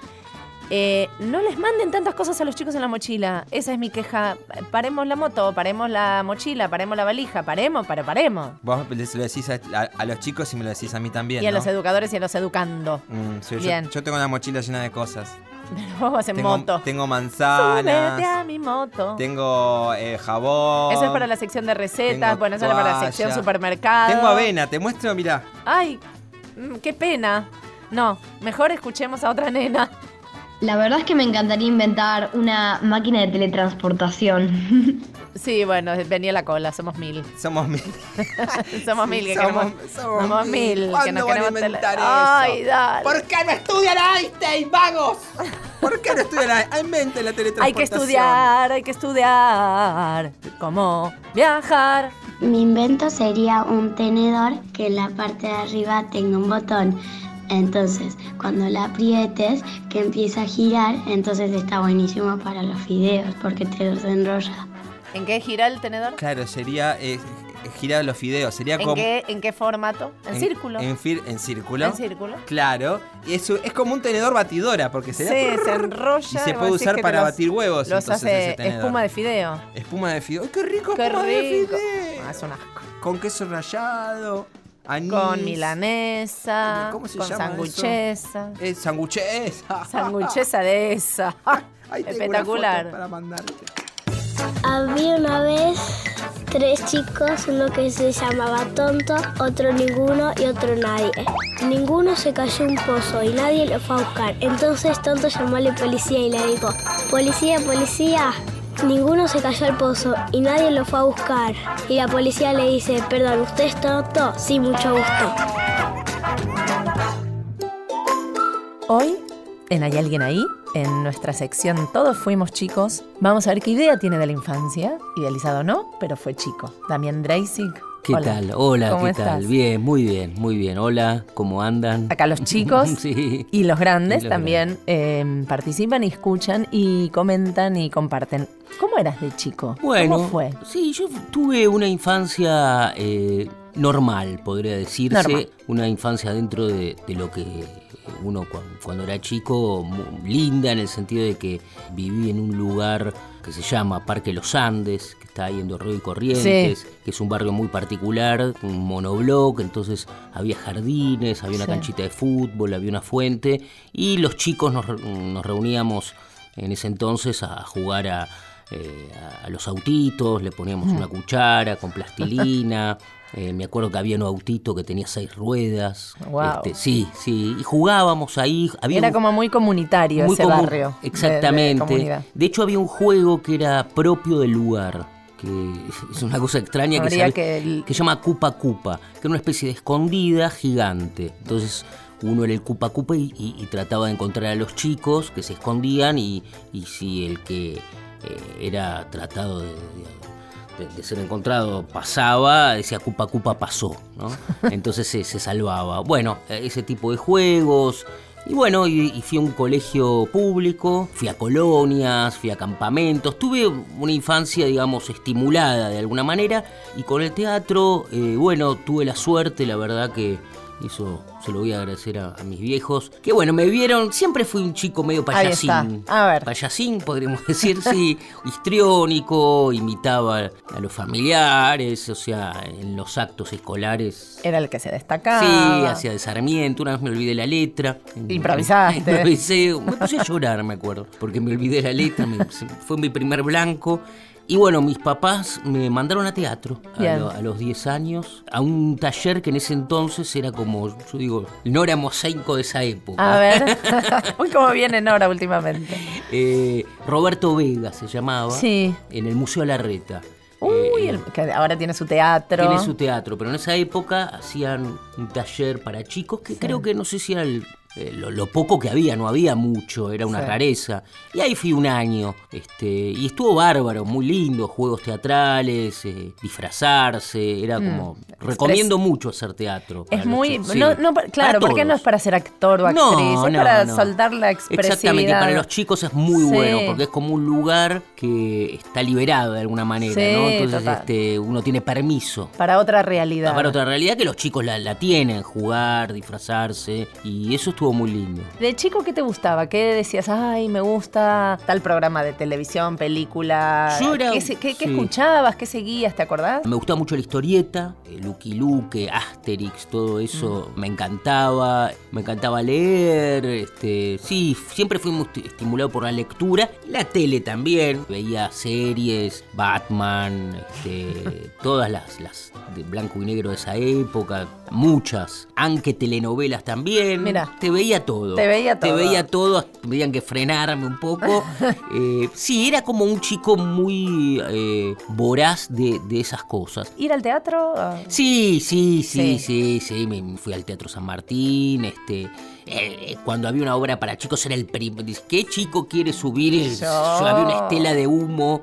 B: eh, no les manden tantas cosas a los chicos en la mochila. Esa es mi queja. Paremos la moto, paremos la mochila, paremos la valija, paremos, para, paremos.
C: Vos les- lo decís a, a- a los chicos y me lo decís a mí también.
B: y a
C: ¿no?
B: los educadores y a los educando.
C: Mm, sí, yo-
B: Bien.
C: Yo, tengo la mochila llena de cosas.
B: Pero vos vas
C: Mm.
B: en
C: Tengo,
B: moto.
C: tengo
B: Súbete
C: manzanas.
B: a mi moto.
C: Tengo eh, jabón.
B: Eso es para la sección de recetas.
C: Tengo
B: Bueno, eso era para la
C: toalla.
B: sección supermercado.
C: Tengo avena, te muestro, mirá.
B: Ay, mm, qué pena. No, mejor escuchemos a otra nena.
O: La verdad es que me encantaría inventar una máquina de teletransportación.
B: Sí, bueno, venía la cola, somos mil.
C: Somos mil.
B: somos mil que
C: somos-
B: queremos.
C: somos mil.
B: mil. que
C: ¿Cuándo
B: nos
C: van a
B: queremos tele-
C: inventar eso?
B: Ay, dale.
C: ¿Por qué no estudian Einstein, vagos? ¿Por qué no estudian Einstein? Inventen la teletransportación.
B: Hay que estudiar, hay que estudiar. ¿Cómo? Viajar.
I: Mi invento sería un tenedor que en la parte de arriba tenga un botón. Entonces, cuando la aprietes, que empieza a girar, entonces está buenísimo para los fideos porque te los enrolla.
B: ¿En qué gira el tenedor?
C: Claro, sería eh, girar los fideos. Sería
B: ¿En
C: como.
B: qué, ¿En qué formato? ¿En, círculo?
C: En, fir- en círculo.
B: ¿En círculo?
C: Claro. Y eso es como un tenedor batidora, porque
B: Sí,
C: sería.
B: se enrolla.
C: Y se
B: vos
C: puede
B: decís
C: usar
B: que
C: para
B: los-
C: batir huevos,
B: Los
C: entonces,
B: hace
C: ese tenedor.
B: espuma de fideo.
C: Espuma de fideo. ¡Ay, qué rico!
B: Qué
C: espuma de
B: rico.
C: fideo!
B: Ah, es un asco.
C: Con queso rallado, anís.
B: Con milanesa,
C: ¿Cómo se
B: con
C: llama eso?
B: sanguchesa.
C: Eh, sanguchesa.
B: Sanguchesa de esa.
C: Ahí tengo una foto
B: Espectacular.
C: para mandarte.
P: Había una vez tres chicos, uno que se llamaba tonto, otro ninguno y otro nadie. Ninguno se cayó en un pozo y nadie lo fue a buscar. Entonces tonto llamó a la policía y le dijo, policía, policía. Ninguno se cayó al pozo y nadie lo fue a buscar. Y la policía le dice, perdón, ¿usted es tonto? Sí, mucho gusto.
B: Hoy, en Hay alguien ahí, en nuestra sección Todos fuimos chicos, vamos a ver qué idea tiene de la infancia. Idealizado no, pero fue chico. Damián Dreisig.
N: ¿Qué
B: hola.
N: tal? Hola,
B: ¿Cómo
N: ¿qué
B: estás?
N: tal? Bien, muy bien, muy bien. Hola, ¿cómo andan?
B: Acá los chicos
N: sí.
B: Y los grandes
N: Y los
B: también eh, participan y escuchan y comentan y comparten. ¿Cómo eras de chico?
N: Bueno,
B: ¿Cómo fue?
N: Sí, yo tuve una infancia eh, normal, podría decirse.
B: Normal.
N: Una infancia dentro de, de lo que uno cu- cuando era chico, mu- linda en el sentido de que viví en un lugar que se llama Parque Los Andes, que está ahí en Dorreo y Corrientes,
Q: Sí.
N: que es un barrio muy particular, un monobloc, entonces había jardines, había una
Q: Sí.
N: canchita de fútbol, había una fuente, y los chicos nos, re- nos reuníamos en ese entonces a jugar a, eh, a- a los autitos, le poníamos
Q: Mm.
N: una cuchara con plastilina. eh, me acuerdo que había un autito que tenía seis ruedas.
B: Guau.
N: Este, sí, sí. Y jugábamos ahí. Había
B: Era
N: un-
B: como muy comunitario
N: muy
B: ese
N: común.
B: barrio. de- de
N: Exactamente. De,
B: comunidad.
N: hecho, había un juego que era propio del lugar, que es una cosa extraña que se,
B: Habría
N: hab-
B: que el-
N: que se llama Cupa Cupa, que era una especie de escondida gigante. Entonces, uno era el Cupa Cupa y, y- y trataba de encontrar a los chicos que se escondían y, y si el que eh, era tratado de, de- de- de ser encontrado pasaba, decía Cupa Cupa pasó, ¿no? Entonces se, se salvaba. Bueno, eh, ese tipo de juegos. Y bueno, y, y fui a un colegio público, fui a colonias, fui a campamentos, tuve una infancia, digamos, estimulada de alguna manera, y con el teatro, eh, bueno, tuve la suerte, la verdad, que Eso se lo voy a agradecer a, a mis viejos. Que bueno, me vieron. Siempre fui un chico medio
B: Ahí está.
N: payasín.
B: A ver.
N: Payasín, podríamos decir, sí. Histriónico, imitaba a los familiares. O sea, en los actos escolares.
B: Era el que se destacaba.
N: Sí, hacía de Sarmiento. Una vez me olvidé la letra.
B: Improvisaste.
N: Improvisé. Me puse a llorar, me acuerdo. Porque me olvidé la letra. me- se- fue mi primer blanco. Y bueno, mis papás me mandaron a teatro a,
B: Bien.
N: lo- a los 10 años, a un taller que en ese entonces era como, yo digo, no era mosaico de esa época.
B: A ver. Uy, cómo viene Nora últimamente.
N: Eh, Roberto Vega se llamaba,
B: Sí.
N: en el Museo Larreta.
B: Uy, el- que ahora tiene su teatro.
N: Eh, Tiene su teatro, pero en esa época hacían un taller para chicos que creo que no sé si era el- eh, lo, lo poco que había, no había mucho, era una
B: Sí.
N: rareza. Y ahí fui un año, este, y estuvo bárbaro, muy lindo, juegos teatrales, eh, disfrazarse, era
B: Mm.
N: como... Recomiendo mucho hacer teatro. para
B: Es
N: los
B: muy.
N: chicos, sí.
B: No, no, pa-
N: Para
B: claro, porque no
N: todos.
B: es para ser actor o actriz,
N: No,
B: es
N: no,
B: para
N: no.
B: soltar la expresividad.
N: Exactamente, y para los chicos es muy
B: Sí.
N: bueno porque es como un lugar que está liberado de alguna manera,
B: Sí,
N: ¿no? Entonces
B: total.
N: este, uno tiene permiso
B: Para otra realidad.
N: Para otra realidad que los chicos la, la tienen, jugar, disfrazarse, y eso estuvo muy lindo.
B: ¿De chico qué te gustaba? ¿Qué decías? Ay, me gusta tal programa de televisión, película.
N: Yo era-
B: ¿Qué, se- qué- qué
N: sí.
B: escuchabas? ¿Qué seguías? ¿Te acordás?
N: Me gustaba mucho la historieta, eh, Lucky Luke, Asterix, todo eso me encantaba, me encantaba leer, este, sí, siempre fui muy esti- estimulado por la lectura, la tele también, veía series, Batman, este, todas las, las de blanco y negro de esa época, muchas, aunque telenovelas también,
B: Mira.
N: te veía todo,
B: Te veía
N: te
B: todo.
N: veía todo, tenían que frenarme un poco. Eh, sí, era como un chico muy eh, voraz de, de esas cosas.
B: ¿Ir al teatro? Ah,
N: Sí, sí, sí, sí,
B: Sí.
N: sí, me me fui al Teatro San Martín, este, eh, eh, cuando había una obra para chicos era el primer, ¿qué chico quiere subir? el-
B: Yo.
N: yo había una estela de humo,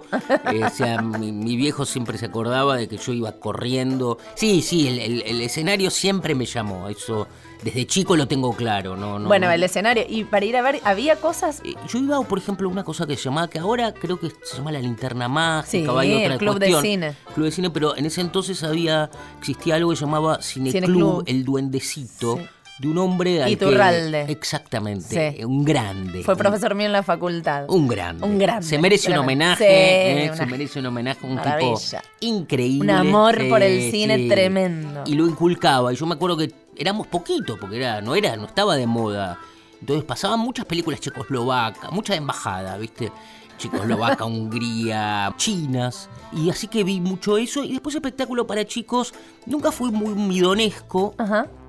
N: eh, o sea, mi, mi viejo siempre se acordaba de que yo iba corriendo, sí, sí, el, el- el escenario siempre me llamó, eso desde chico lo tengo claro, no, no.
B: bueno,
N: no- Eh,
B: el escenario. Y para ir a ver, ¿había cosas?
N: yo iba, por ejemplo, a una cosa que se llamaba, que ahora creo que se llama la linterna mágica,
B: Sí,
N: o hay otra
B: el club de
N: cuestión.
B: cine.
N: Club de cine, pero en ese entonces había, existía algo que se llamaba Cineclub,
B: Cineclub.
N: el duendecito,
B: Sí.
N: de un hombre al que-
B: Iturralde.
N: exactamente, eh,
B: Sí.
N: un grande.
B: Fue
N: un-
B: profesor mío en la facultad.
N: Un grande.
B: Un grande,
N: Se merece un
B: tremendo.
N: homenaje.
B: Sí,
N: eh,
B: una
N: Se merece un homenaje. Un
B: maravilla.
N: tipo increíble.
B: Un amor por el
N: Sí,
B: cine
N: sí.
B: tremendo.
N: Y lo inculcaba. Y yo me acuerdo que éramos poquitos, porque era, no era, no estaba de moda. Entonces pasaban muchas películas checoslovacas, mucha embajada, ¿viste? Checoslovaca, Hungría, chinas. Y así que vi mucho eso. Y después espectáculo para chicos. Nunca fui muy midonesco.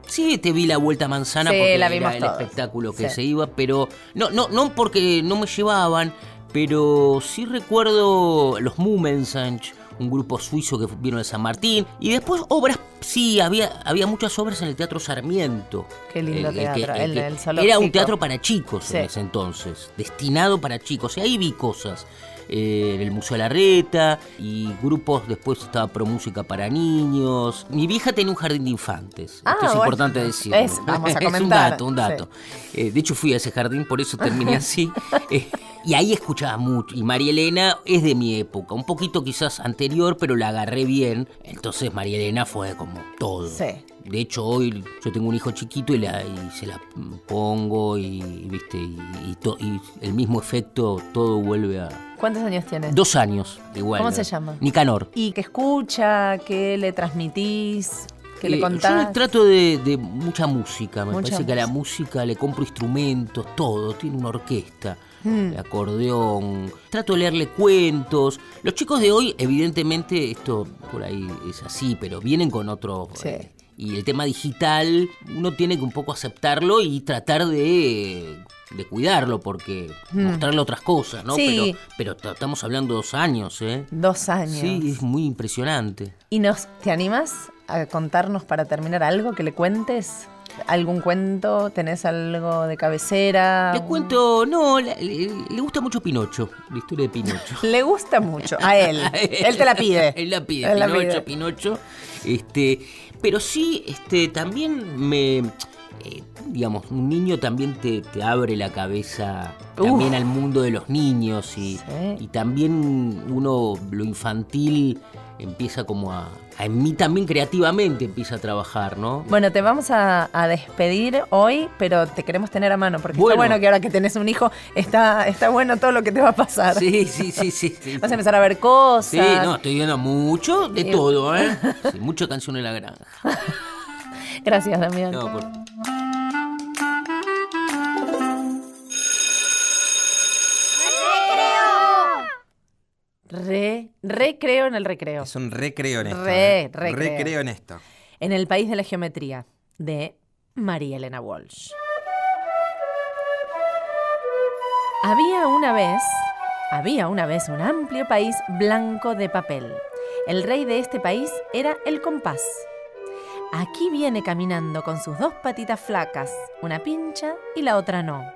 N: Sí, te vi la vuelta a manzana
B: Sí,
N: porque
B: la
N: era
B: vimos
N: el
B: todos.
N: espectáculo que
B: Sí.
N: se iba, pero no, no, no porque no me llevaban, pero sí recuerdo los Mumensanch, un grupo suizo que vino de San Martín, y después obras, sí, había, había muchas obras en el Teatro Sarmiento.
B: Qué lindo teatro, el- el
N: Era
B: zoológico.
N: un teatro para chicos
B: Sí.
N: en ese entonces, destinado para chicos, y ahí vi cosas. eh, en el Museo de la Reta y grupos, después estaba Pro Música para niños. Mi vieja tenía un jardín de infantes.
B: Ah,
N: Esto es
B: bueno.
N: importante decirlo.
B: Es- vamos a
N: un
B: comentar,
N: dato, un
B: sí.
N: dato. Eh, de hecho, fui a ese jardín, por eso terminé así. Eh, y ahí escuchaba mucho. Y María Elena es de mi época, un poquito quizás anterior, pero la agarré bien. Entonces María Elena fue como todo.
B: Sí.
N: De hecho, hoy yo tengo un hijo chiquito y, la, y se la pongo y, viste, y, y to- y el mismo efecto, todo vuelve a...
B: ¿Cuántos años tienes?
N: Dos años, igual.
B: ¿Cómo
N: ¿no?
B: se llama?
N: Nicanor.
B: ¿Y qué escucha? ¿Qué le transmitís? ¿Qué
N: Eh,
B: le
N: Yo
B: contás?
N: le trato de, de mucha música. Me
B: Mucha
N: parece que a la música le compro instrumentos, todo. Tiene una orquesta,
B: Mm.
N: el acordeón. Trato de leerle cuentos. Los chicos de hoy, evidentemente, esto por ahí es así, pero vienen con otro.
B: Sí.
N: eh, y el tema digital, uno tiene que un poco aceptarlo y tratar de, de cuidarlo, porque
B: Mm.
N: mostrarle otras cosas, ¿no?
B: Sí.
N: Pero, pero estamos hablando dos años, ¿eh?
B: Dos años.
N: Sí, es muy impresionante.
B: ¿Y nos, te animas a contarnos para terminar algo que le cuentes? ¿Algún cuento? ¿Tenés algo de cabecera?
N: Le cuento, no, le, le- le gusta mucho Pinocho, la historia de Pinocho.
B: Le gusta mucho a él. él te la pide.
N: Él la pide,
B: Él la
N: Pinocho,
B: pide.
N: Pinocho. Este, pero sí, este, también me eh, digamos, un niño también te, te abre la cabeza también al mundo de los niños y, y también uno, lo infantil, empieza como a, a en mí también creativamente empieza a trabajar, ¿no?
B: Bueno, te vamos a, a despedir hoy, pero te queremos tener a mano, porque
N: Bueno.
B: está bueno que ahora que tenés un hijo, está, está bueno todo lo que te va a pasar.
N: Sí, sí, sí, sí. sí.
B: Vas a empezar a ver cosas.
N: Sí, no, estoy viendo mucho de
B: Sí.
N: todo, ¿eh? Sí, mucha canción en la granja.
B: Gracias, Damián.
N: No, por-
B: Re, recreo en el recreo.
C: Es un recreo en esto.
B: Re-
C: ¿eh?
B: recreo.
C: recreo en esto.
B: En el país de la geometría, de María Elena Walsh. Había una vez, había una vez un amplio país blanco de papel. El rey de este país era el compás. Aquí viene caminando con sus dos patitas flacas, una pincha y la otra no.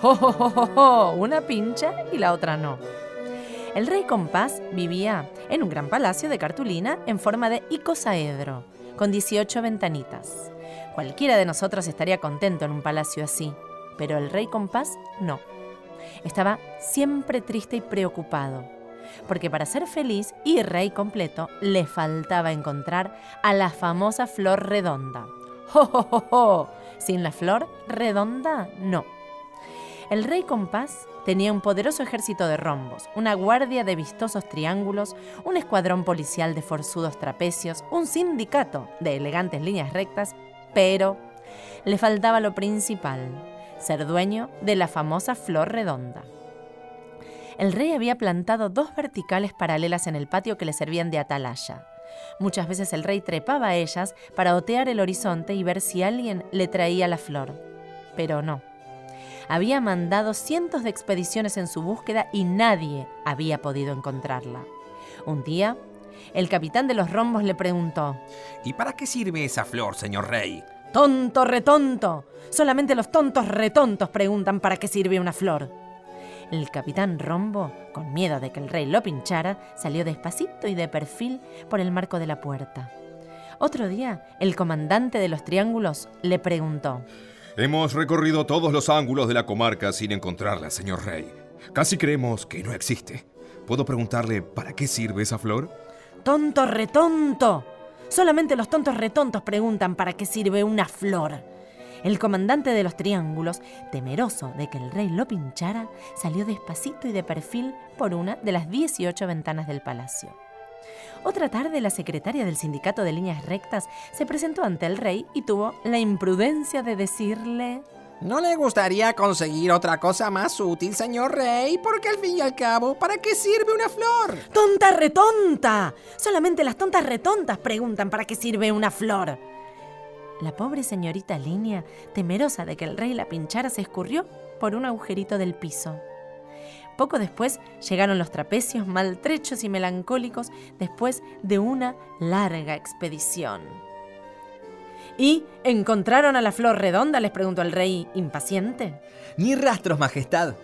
B: ¡Jo, jo, jo, jo, jo! Una pincha y la otra no. El rey compás vivía en un gran palacio de cartulina en forma de icosaedro, con 18 ventanitas. Cualquiera de nosotros estaría contento en un palacio así, pero el rey compás no. Estaba siempre triste y preocupado, porque para ser feliz y rey completo le faltaba encontrar a la famosa flor redonda. ¡Jo, jo, jo, jo! Sin la flor redonda, no. El rey compás tenía un poderoso ejército de rombos, una guardia de vistosos triángulos, un escuadrón policial de forzudos trapecios, un sindicato de elegantes líneas rectas, pero le faltaba lo principal, ser dueño de la famosa flor redonda. El rey había plantado dos verticales paralelas en el patio que le servían de atalaya. Muchas veces el rey trepaba a ellas para otear el horizonte y ver si alguien le traía la flor, pero no había mandado cientos de expediciones en su búsqueda y nadie había podido encontrarla. Un día, el capitán de los rombos le preguntó,
C: ¿Y para qué sirve esa flor, señor rey?
B: Tonto, retonto, solamente los tontos retontos preguntan para qué sirve una flor. El capitán Rombo, con miedo de que el rey lo pinchara, salió despacito y de perfil por el marco de la puerta. Otro día, el comandante de los triángulos le preguntó,
Q: Hemos recorrido todos los ángulos de la comarca sin encontrarla, señor rey. Casi creemos que no existe. ¿Puedo preguntarle para qué sirve esa flor?
B: Tonto retonto. Solamente los tontos retontos preguntan para qué sirve una flor. El comandante de los triángulos, temeroso de que el rey lo pinchara, salió despacito y de perfil por una de las 18 ventanas del palacio. Otra tarde, la secretaria del sindicato de líneas rectas se presentó ante el rey y tuvo la imprudencia de decirle...
R: ¿No le gustaría conseguir otra cosa más útil, señor rey? Porque al fin y al cabo, ¿para qué sirve una flor?
B: ¡Tonta retonta! Solamente las tontas retontas preguntan para qué sirve una flor. La pobre señorita Línea, temerosa de que el rey la pinchara, se escurrió por un agujerito del piso. Poco después llegaron los trapecios maltrechos y melancólicos después de una larga expedición. ¿Y encontraron a la flor redonda? les preguntó el rey impaciente.
C: Ni rastros, majestad.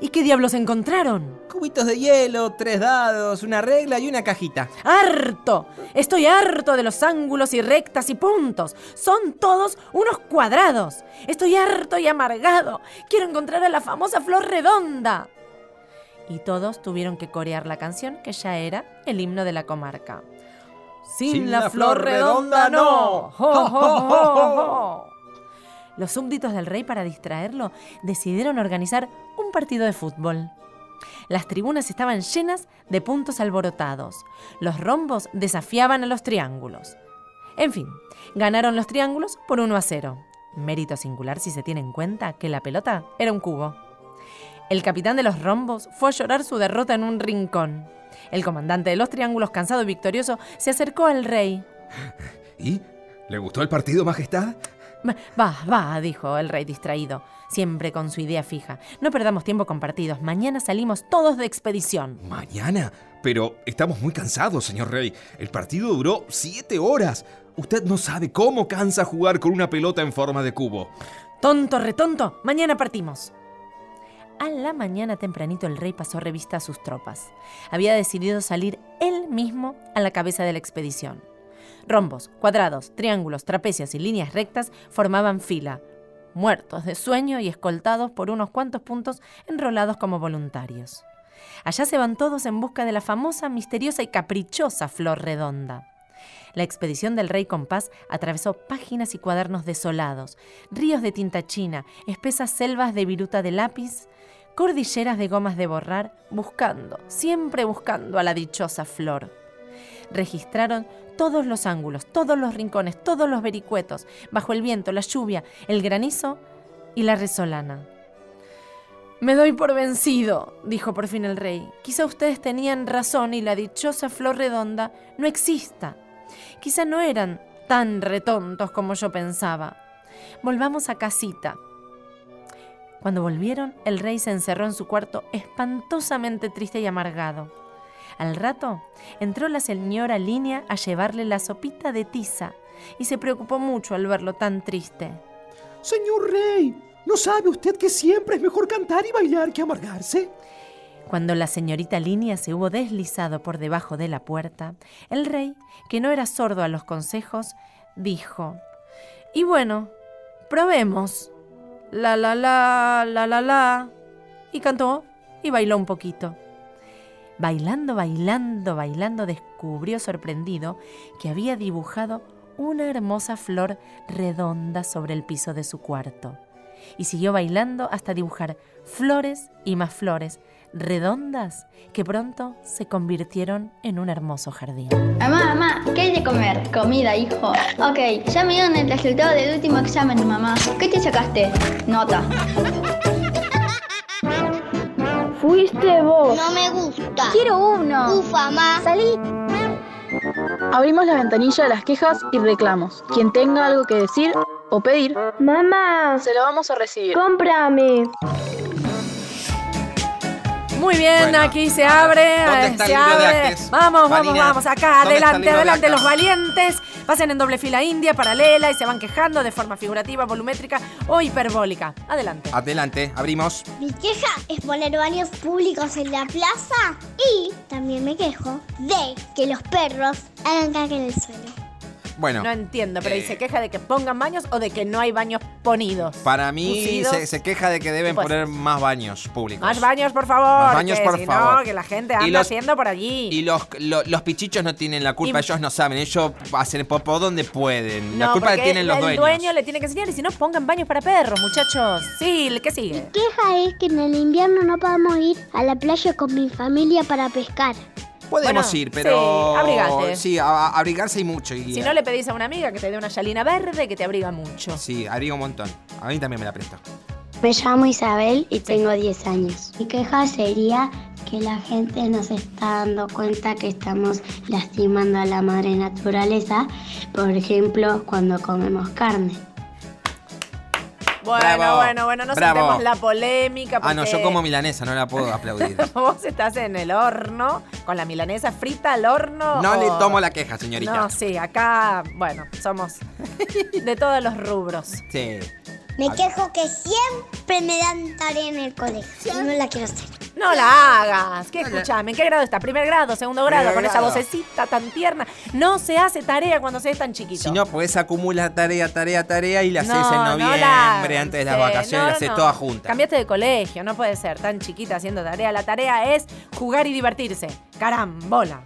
B: ¿Y qué diablos encontraron?
C: Cubitos de hielo, tres dados, una regla y una cajita.
B: ¡Harto! Estoy harto de los ángulos y rectas y puntos. Son todos unos cuadrados. Estoy harto y amargado. Quiero encontrar a la famosa flor redonda. Y todos tuvieron que corear la canción que ya era el himno de la comarca. Sin, la, flor, redonda, no. Jo, jo, jo, jo. Los súbditos del rey, para distraerlo, decidieron organizar un partido de fútbol. Las tribunas estaban llenas de puntos alborotados. Los rombos desafiaban a los triángulos. En fin, ganaron los triángulos por 1 a 0. Mérito singular si se tiene en cuenta que la pelota era un cubo. El capitán de los rombos fue a llorar su derrota en un rincón. El comandante de los triángulos, cansado y victorioso, se acercó al rey.
Q: ¿Y? ¿Le gustó el partido, majestad?
B: Va, va, dijo el rey distraído, siempre con su idea fija. No perdamos tiempo con partidos. Mañana salimos todos de expedición.
Q: Mañana. Pero estamos muy cansados, señor rey. El partido duró siete horas. Usted no sabe cómo cansa jugar con una pelota en forma de cubo.
B: Tonto, retonto, mañana partimos. A la mañana tempranito el rey pasó revista a sus tropas. Había decidido salir él mismo a la cabeza de la expedición. Rombos, cuadrados, triángulos, trapecios y líneas rectas formaban fila, muertos de sueño y escoltados por unos cuantos puntos enrolados como voluntarios. Allá se van todos en busca de la famosa, misteriosa y caprichosa flor redonda. La expedición del Rey Compás atravesó páginas y cuadernos desolados, ríos de tinta china, espesas selvas de viruta de lápiz, cordilleras de gomas de borrar, buscando, siempre buscando a la dichosa flor. Registraron todos los ángulos, todos los rincones, todos los vericuetos, bajo el viento, la lluvia, el granizo y la resolana. Me doy por vencido, dijo por fin el rey. Quizá ustedes tenían razón y la dichosa flor redonda no exista. Quizá no eran tan retontos como yo pensaba. Volvamos a casita. Cuando volvieron, el rey se encerró en su cuarto espantosamente triste y amargado. Al rato, entró la señora Línea a llevarle la sopita de tiza y se preocupó mucho al verlo tan triste.
S: Señor rey, ¿no sabe usted que siempre es mejor cantar y bailar que amargarse?
B: Cuando la señorita Línea se hubo deslizado por debajo de la puerta, el rey, que no era sordo a los consejos, dijo: Y bueno, probemos. La la la, la la la. Y cantó y bailó un poquito. Bailando, bailando, bailando, descubrió sorprendido que había dibujado una hermosa flor redonda sobre el piso de su cuarto. Y siguió bailando hasta dibujar flores y más flores, redondas que pronto se convirtieron en un hermoso jardín.
T: Mamá, mamá, ¿qué hay de comer? Comida, hijo. Ok, ya me dieron el resultado del último examen, mamá. ¿Qué te sacaste? Nota.
L: Fuiste vos.
E: No me gusta.
L: Quiero uno.
E: Ufa, mamá.
L: Salí.
D: Abrimos la ventanilla de las quejas y reclamos. Quien tenga algo que decir o pedir,
L: mamá,
D: se lo vamos a recibir.
L: cómprame.
B: Muy bien,
C: Bueno,
B: aquí se
C: a
B: abre.
C: ver, ¿dónde
B: eh,
C: está el
B: se
C: libro de
B: abre.
C: actas?
B: Vamos, vamos,
C: Vanina,
B: vamos. Acá,
C: ¿dónde está el
B: adelante,
C: libro de
B: adelante,
C: actas?
B: los valientes. Pasen en doble fila india, paralela y se van quejando de forma figurativa, volumétrica o hiperbólica. Adelante.
C: Ah, Adelante, abrimos.
E: Mi queja es poner baños públicos en la plaza y también me quejo de que los perros hagan caca en el suelo.
C: Bueno,
B: No entiendo, pero
C: Eh.
B: ¿y se queja de que pongan baños o de que no hay baños ponidos?
C: para mí
B: Pusidos.
C: se, se queja de que deben
B: Pues-
C: poner más baños públicos.
B: Más baños, por favor.
C: Más baños,
B: que
C: por
B: si No,
C: favor.
B: que la gente
C: Y
B: anda
C: los-
B: haciendo por allí.
C: Y los, lo- los pichichos no tienen la culpa,
B: Y-
C: ellos no saben, ellos hacen popó donde pueden. la
B: No,
C: culpa la
B: porque
C: tienen los
B: el
C: dueños.
B: dueño le tiene que enseñar y si no, pongan baños para perros, muchachos. Sí, ¿qué sigue?
J: queja es que en el invierno no podemos ir a la playa con mi familia para pescar.
C: Podemos
B: Bueno,
C: ir, pero.
B: sí, abrigate.
C: Sí, a- a- abrigarse hay mucho. Y,
B: Si no le pedís a una amiga que te dé una yalina verde que te abriga mucho.
C: Sí, abriga un montón. A mí también me la presta.
I: Me llamo Isabel y tengo 10 años. Mi queja sería que la gente no se está dando cuenta que estamos lastimando a la madre naturaleza, por ejemplo, cuando comemos carne.
B: Bueno,
C: Bravo,
B: bueno, bueno, no
C: bravo.
B: sentemos la polémica. Porque
C: Ah, no, yo como milanesa, no la puedo aplaudir.
B: Vos estás en el horno, con la milanesa frita al horno.
C: No le
B: o-
C: tomo la queja, señorita.
B: No, sí, acá, bueno, somos de todos los rubros.
C: Sí.
E: Me quejo que siempre me dan tarea en el colegio y no la quiero hacer.
B: No la hagas. ¿Qué escuchame? ¿En qué grado está? ¿Primer grado? ¿Segundo grado?
C: Primer
B: con esa
C: grado.
B: vocecita tan tierna. No se hace tarea cuando se es tan chiquito.
C: Si no, podés acumular tarea, tarea, tarea y la haces
B: No,
C: en
B: no la
C: noviembre,
B: hagas,
C: antes de las
B: sí,
C: vacaciones,
B: no,
C: la haces
B: no.
C: toda junta.
B: Cambiaste de colegio, no puede ser tan chiquita haciendo tarea. La tarea es jugar y divertirse. Carambola.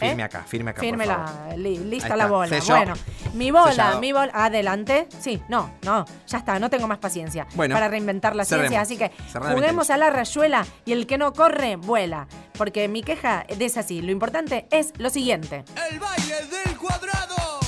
B: ¿Eh?
C: Firme acá, firme acá. por
B: Firme
C: favor.
B: la, li- lista
C: Ahí
B: la
C: está,
B: bola.
C: selló.
B: Bueno, mi bola,
C: Sellado.
B: mi bola. Adelante. Sí, no, no, ya está, no tengo más paciencia
C: Bueno,
B: para reinventar la ciencia.
C: cerremos.
B: Así que
C: Cerrá la
B: juguemos
C: ventanilla.
B: a la rayuela y el que no corre, vuela. Porque mi queja es así. Lo importante es lo siguiente.
U: El baile del cuadrado.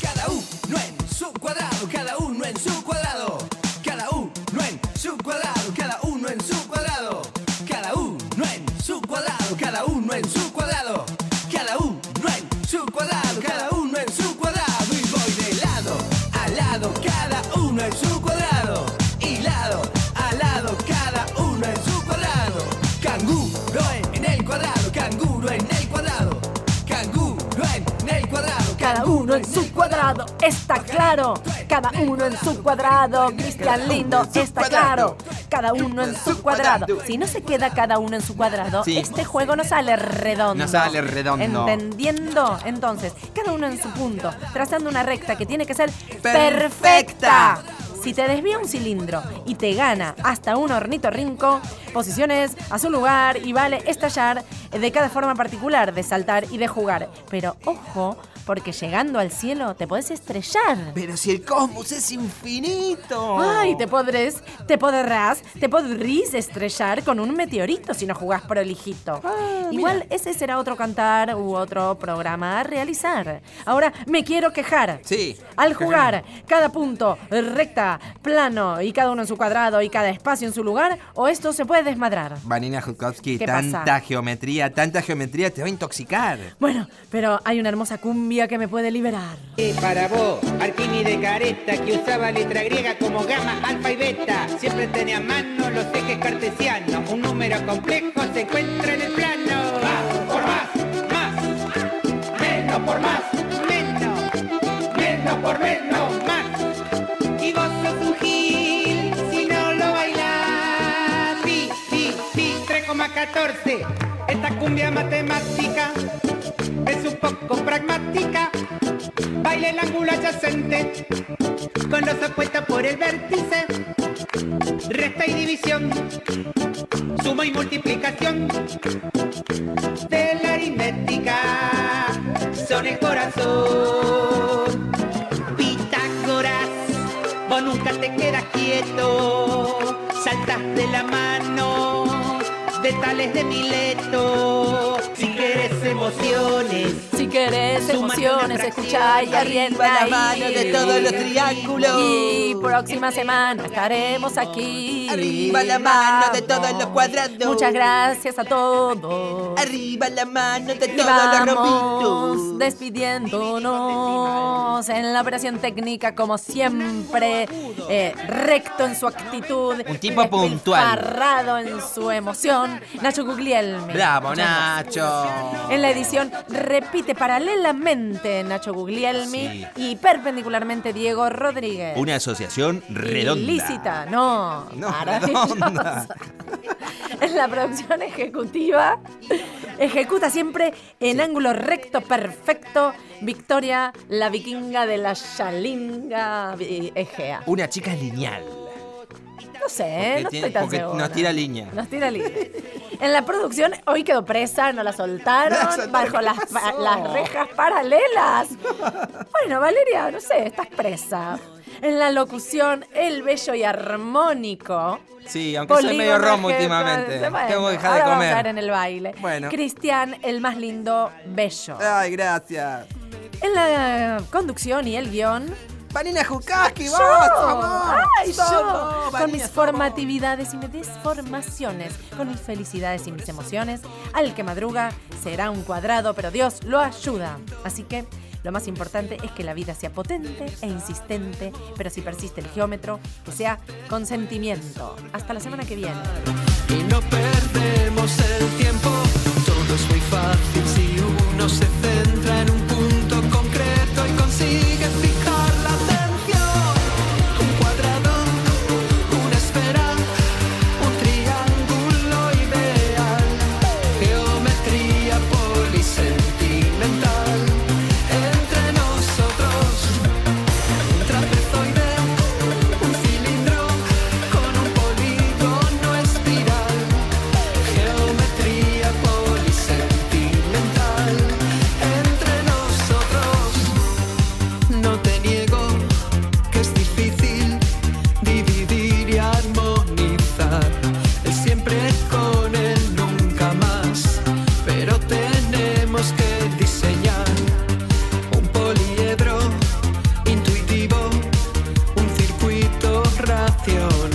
U: Cada uno en su cuadrado, cada uno en su cuadrado. Cada uno en su cuadrado, cada uno en su cuadrado. Cada uno en su cuadrado, cada uno en su cuadrado. Cada uno en su cuadrado, cada uno en su cuadrado. Y voy de lado a lado, cada uno en su cuadrado. Y lado a lado, cada uno en su cuadrado. Canguro en- en el cuadrado, canguro en el cuadrado. Canguro en el cuadrado.
B: Cada uno en su cuadrado, está claro. Cada uno en su cuadrado, Cristian lindo, está claro. cada uno en su cuadrado. Si no se queda cada uno en su cuadrado,
C: Sí.
B: este juego no sale redondo.
C: No sale redondo.
B: ¿Entendiendo? Entonces, cada uno en su punto, trazando una recta que tiene que ser
C: Perfecta.
B: perfecta. Si te desvía un cilindro y te gana hasta un ornitorrinco, posiciones a su lugar y vale estallar de cada forma particular de saltar y de jugar. Pero ojo, porque llegando al cielo te podés estrellar.
C: Pero si el cosmos es infinito.
B: Ay, te podrés, te podrás, te podrís estrellar con un meteorito si no jugás prolijito. Igual ese será otro cantar u otro programa a realizar. Ahora me quiero quejar.
C: Sí.
B: Al jugar cada punto recta, plano y cada uno en su cuadrado y cada espacio en su lugar, o esto se puede desmadrar.
C: Vanina Jutkowski,
B: ¿Qué
C: tanta
B: pasa?
C: geometría, tanta geometría te va a intoxicar.
B: Bueno, pero hay una hermosa cumbia que me puede liberar.
V: Y para vos, Arquímedes Careta, que usaba letra griega como gamma, alfa y beta. Siempre tenía a mano los ejes cartesianos. Un número complejo se encuentra en el plano. Más por más, más. Menos por más, menos. Menos por menos, más. Y vos sos un gil si no lo bailás. Sí, sí, sí, 3,14. Esta cumbia matemática es un poco pragmática. Baila el ángulo adyacente con los opuestos por el vértice. Resta y división, suma y multiplicación de la aritmética son el corazón. Pitágoras, vos nunca te quedas quieto, saltas de la mano de Tales de Mileto. Si quieres emociones,
B: Si querés
V: Súmate
B: emociones,
V: una
B: escuchá y
V: fracción.
B: arrienda
V: Arriba la
B: y-
V: mano de todos los triángulos.
B: Y próxima semana estaremos aquí.
V: Arriba la mano de todos los cuadrados.
B: Muchas gracias a todos.
V: Arriba la mano de
B: Y
V: todos los
B: vamos despidiéndonos en la operación técnica, como siempre, eh, recto en su actitud. eh,
C: Un tipo puntual.
B: Parrado en su emoción, Nacho Guglielmi.
C: Bravo,
B: Muchas gracias.
C: Nacho.
B: En la edición repite paralelamente Nacho Guglielmi y perpendicularmente Diego Rodríguez.
C: Una asociación redonda.
B: Ilícita, no.
C: No,
B: maravillosa.
C: redonda.
B: En la producción ejecutiva ejecuta siempre en ángulo recto perfecto Victoria, la vikinga de la Shalinga eh, Egea.
C: Una chica lineal.
B: No sé,
C: Porque
B: no
C: tiene-
B: estoy tan
C: porque
B: segura.
C: nos tira línea.
B: Nos tira línea. En la producción hoy quedó presa, no la soltaron,
C: No la soltaron,
B: bajo
C: ¿qué
B: las, pa-
C: pasó?
B: las rejas paralelas. Bueno, Valeria, no sé, estás presa. En la locución, el bello y armónico.
C: Sí, aunque soy medio
B: Polígono
C: romo
B: G,
C: últimamente.
B: bueno,
C: Tengo que dejar
B: ahora
C: de
B: vamos a
C: comer.
B: estar en el baile.
C: Bueno.
B: Cristian, el más lindo, bello.
C: Ay, gracias.
B: En la conducción y el guión.
C: Vanina Jukaski,
B: vamos,
C: vamos.
B: ¡Ay, yo!
C: Somos,
B: con
C: Vanina,
B: mis
C: somos.
B: formatividades y mis desformaciones, con mis felicidades y mis emociones, al que madruga será un cuadrado, pero Dios lo ayuda. Así que lo más importante es que la vida sea potente e insistente, pero si persiste el geómetro, que sea con sentimiento. Hasta la semana que viene.
W: y no perdemos el tiempo. Todo es muy fácil si uno se centra en un punto concreto y consigue fijar la atención. Un cuadrado, una esfera, un triángulo ideal, geometría polisentimental. Entre nosotros, un trapezoide, un cilindro con un polígono espiral, geometría polisentimental entre nosotros. No te niego que es difícil dividir y armonizar, el siempre con el nunca más, pero tenemos que diseñar un poliedro intuitivo un circuito racional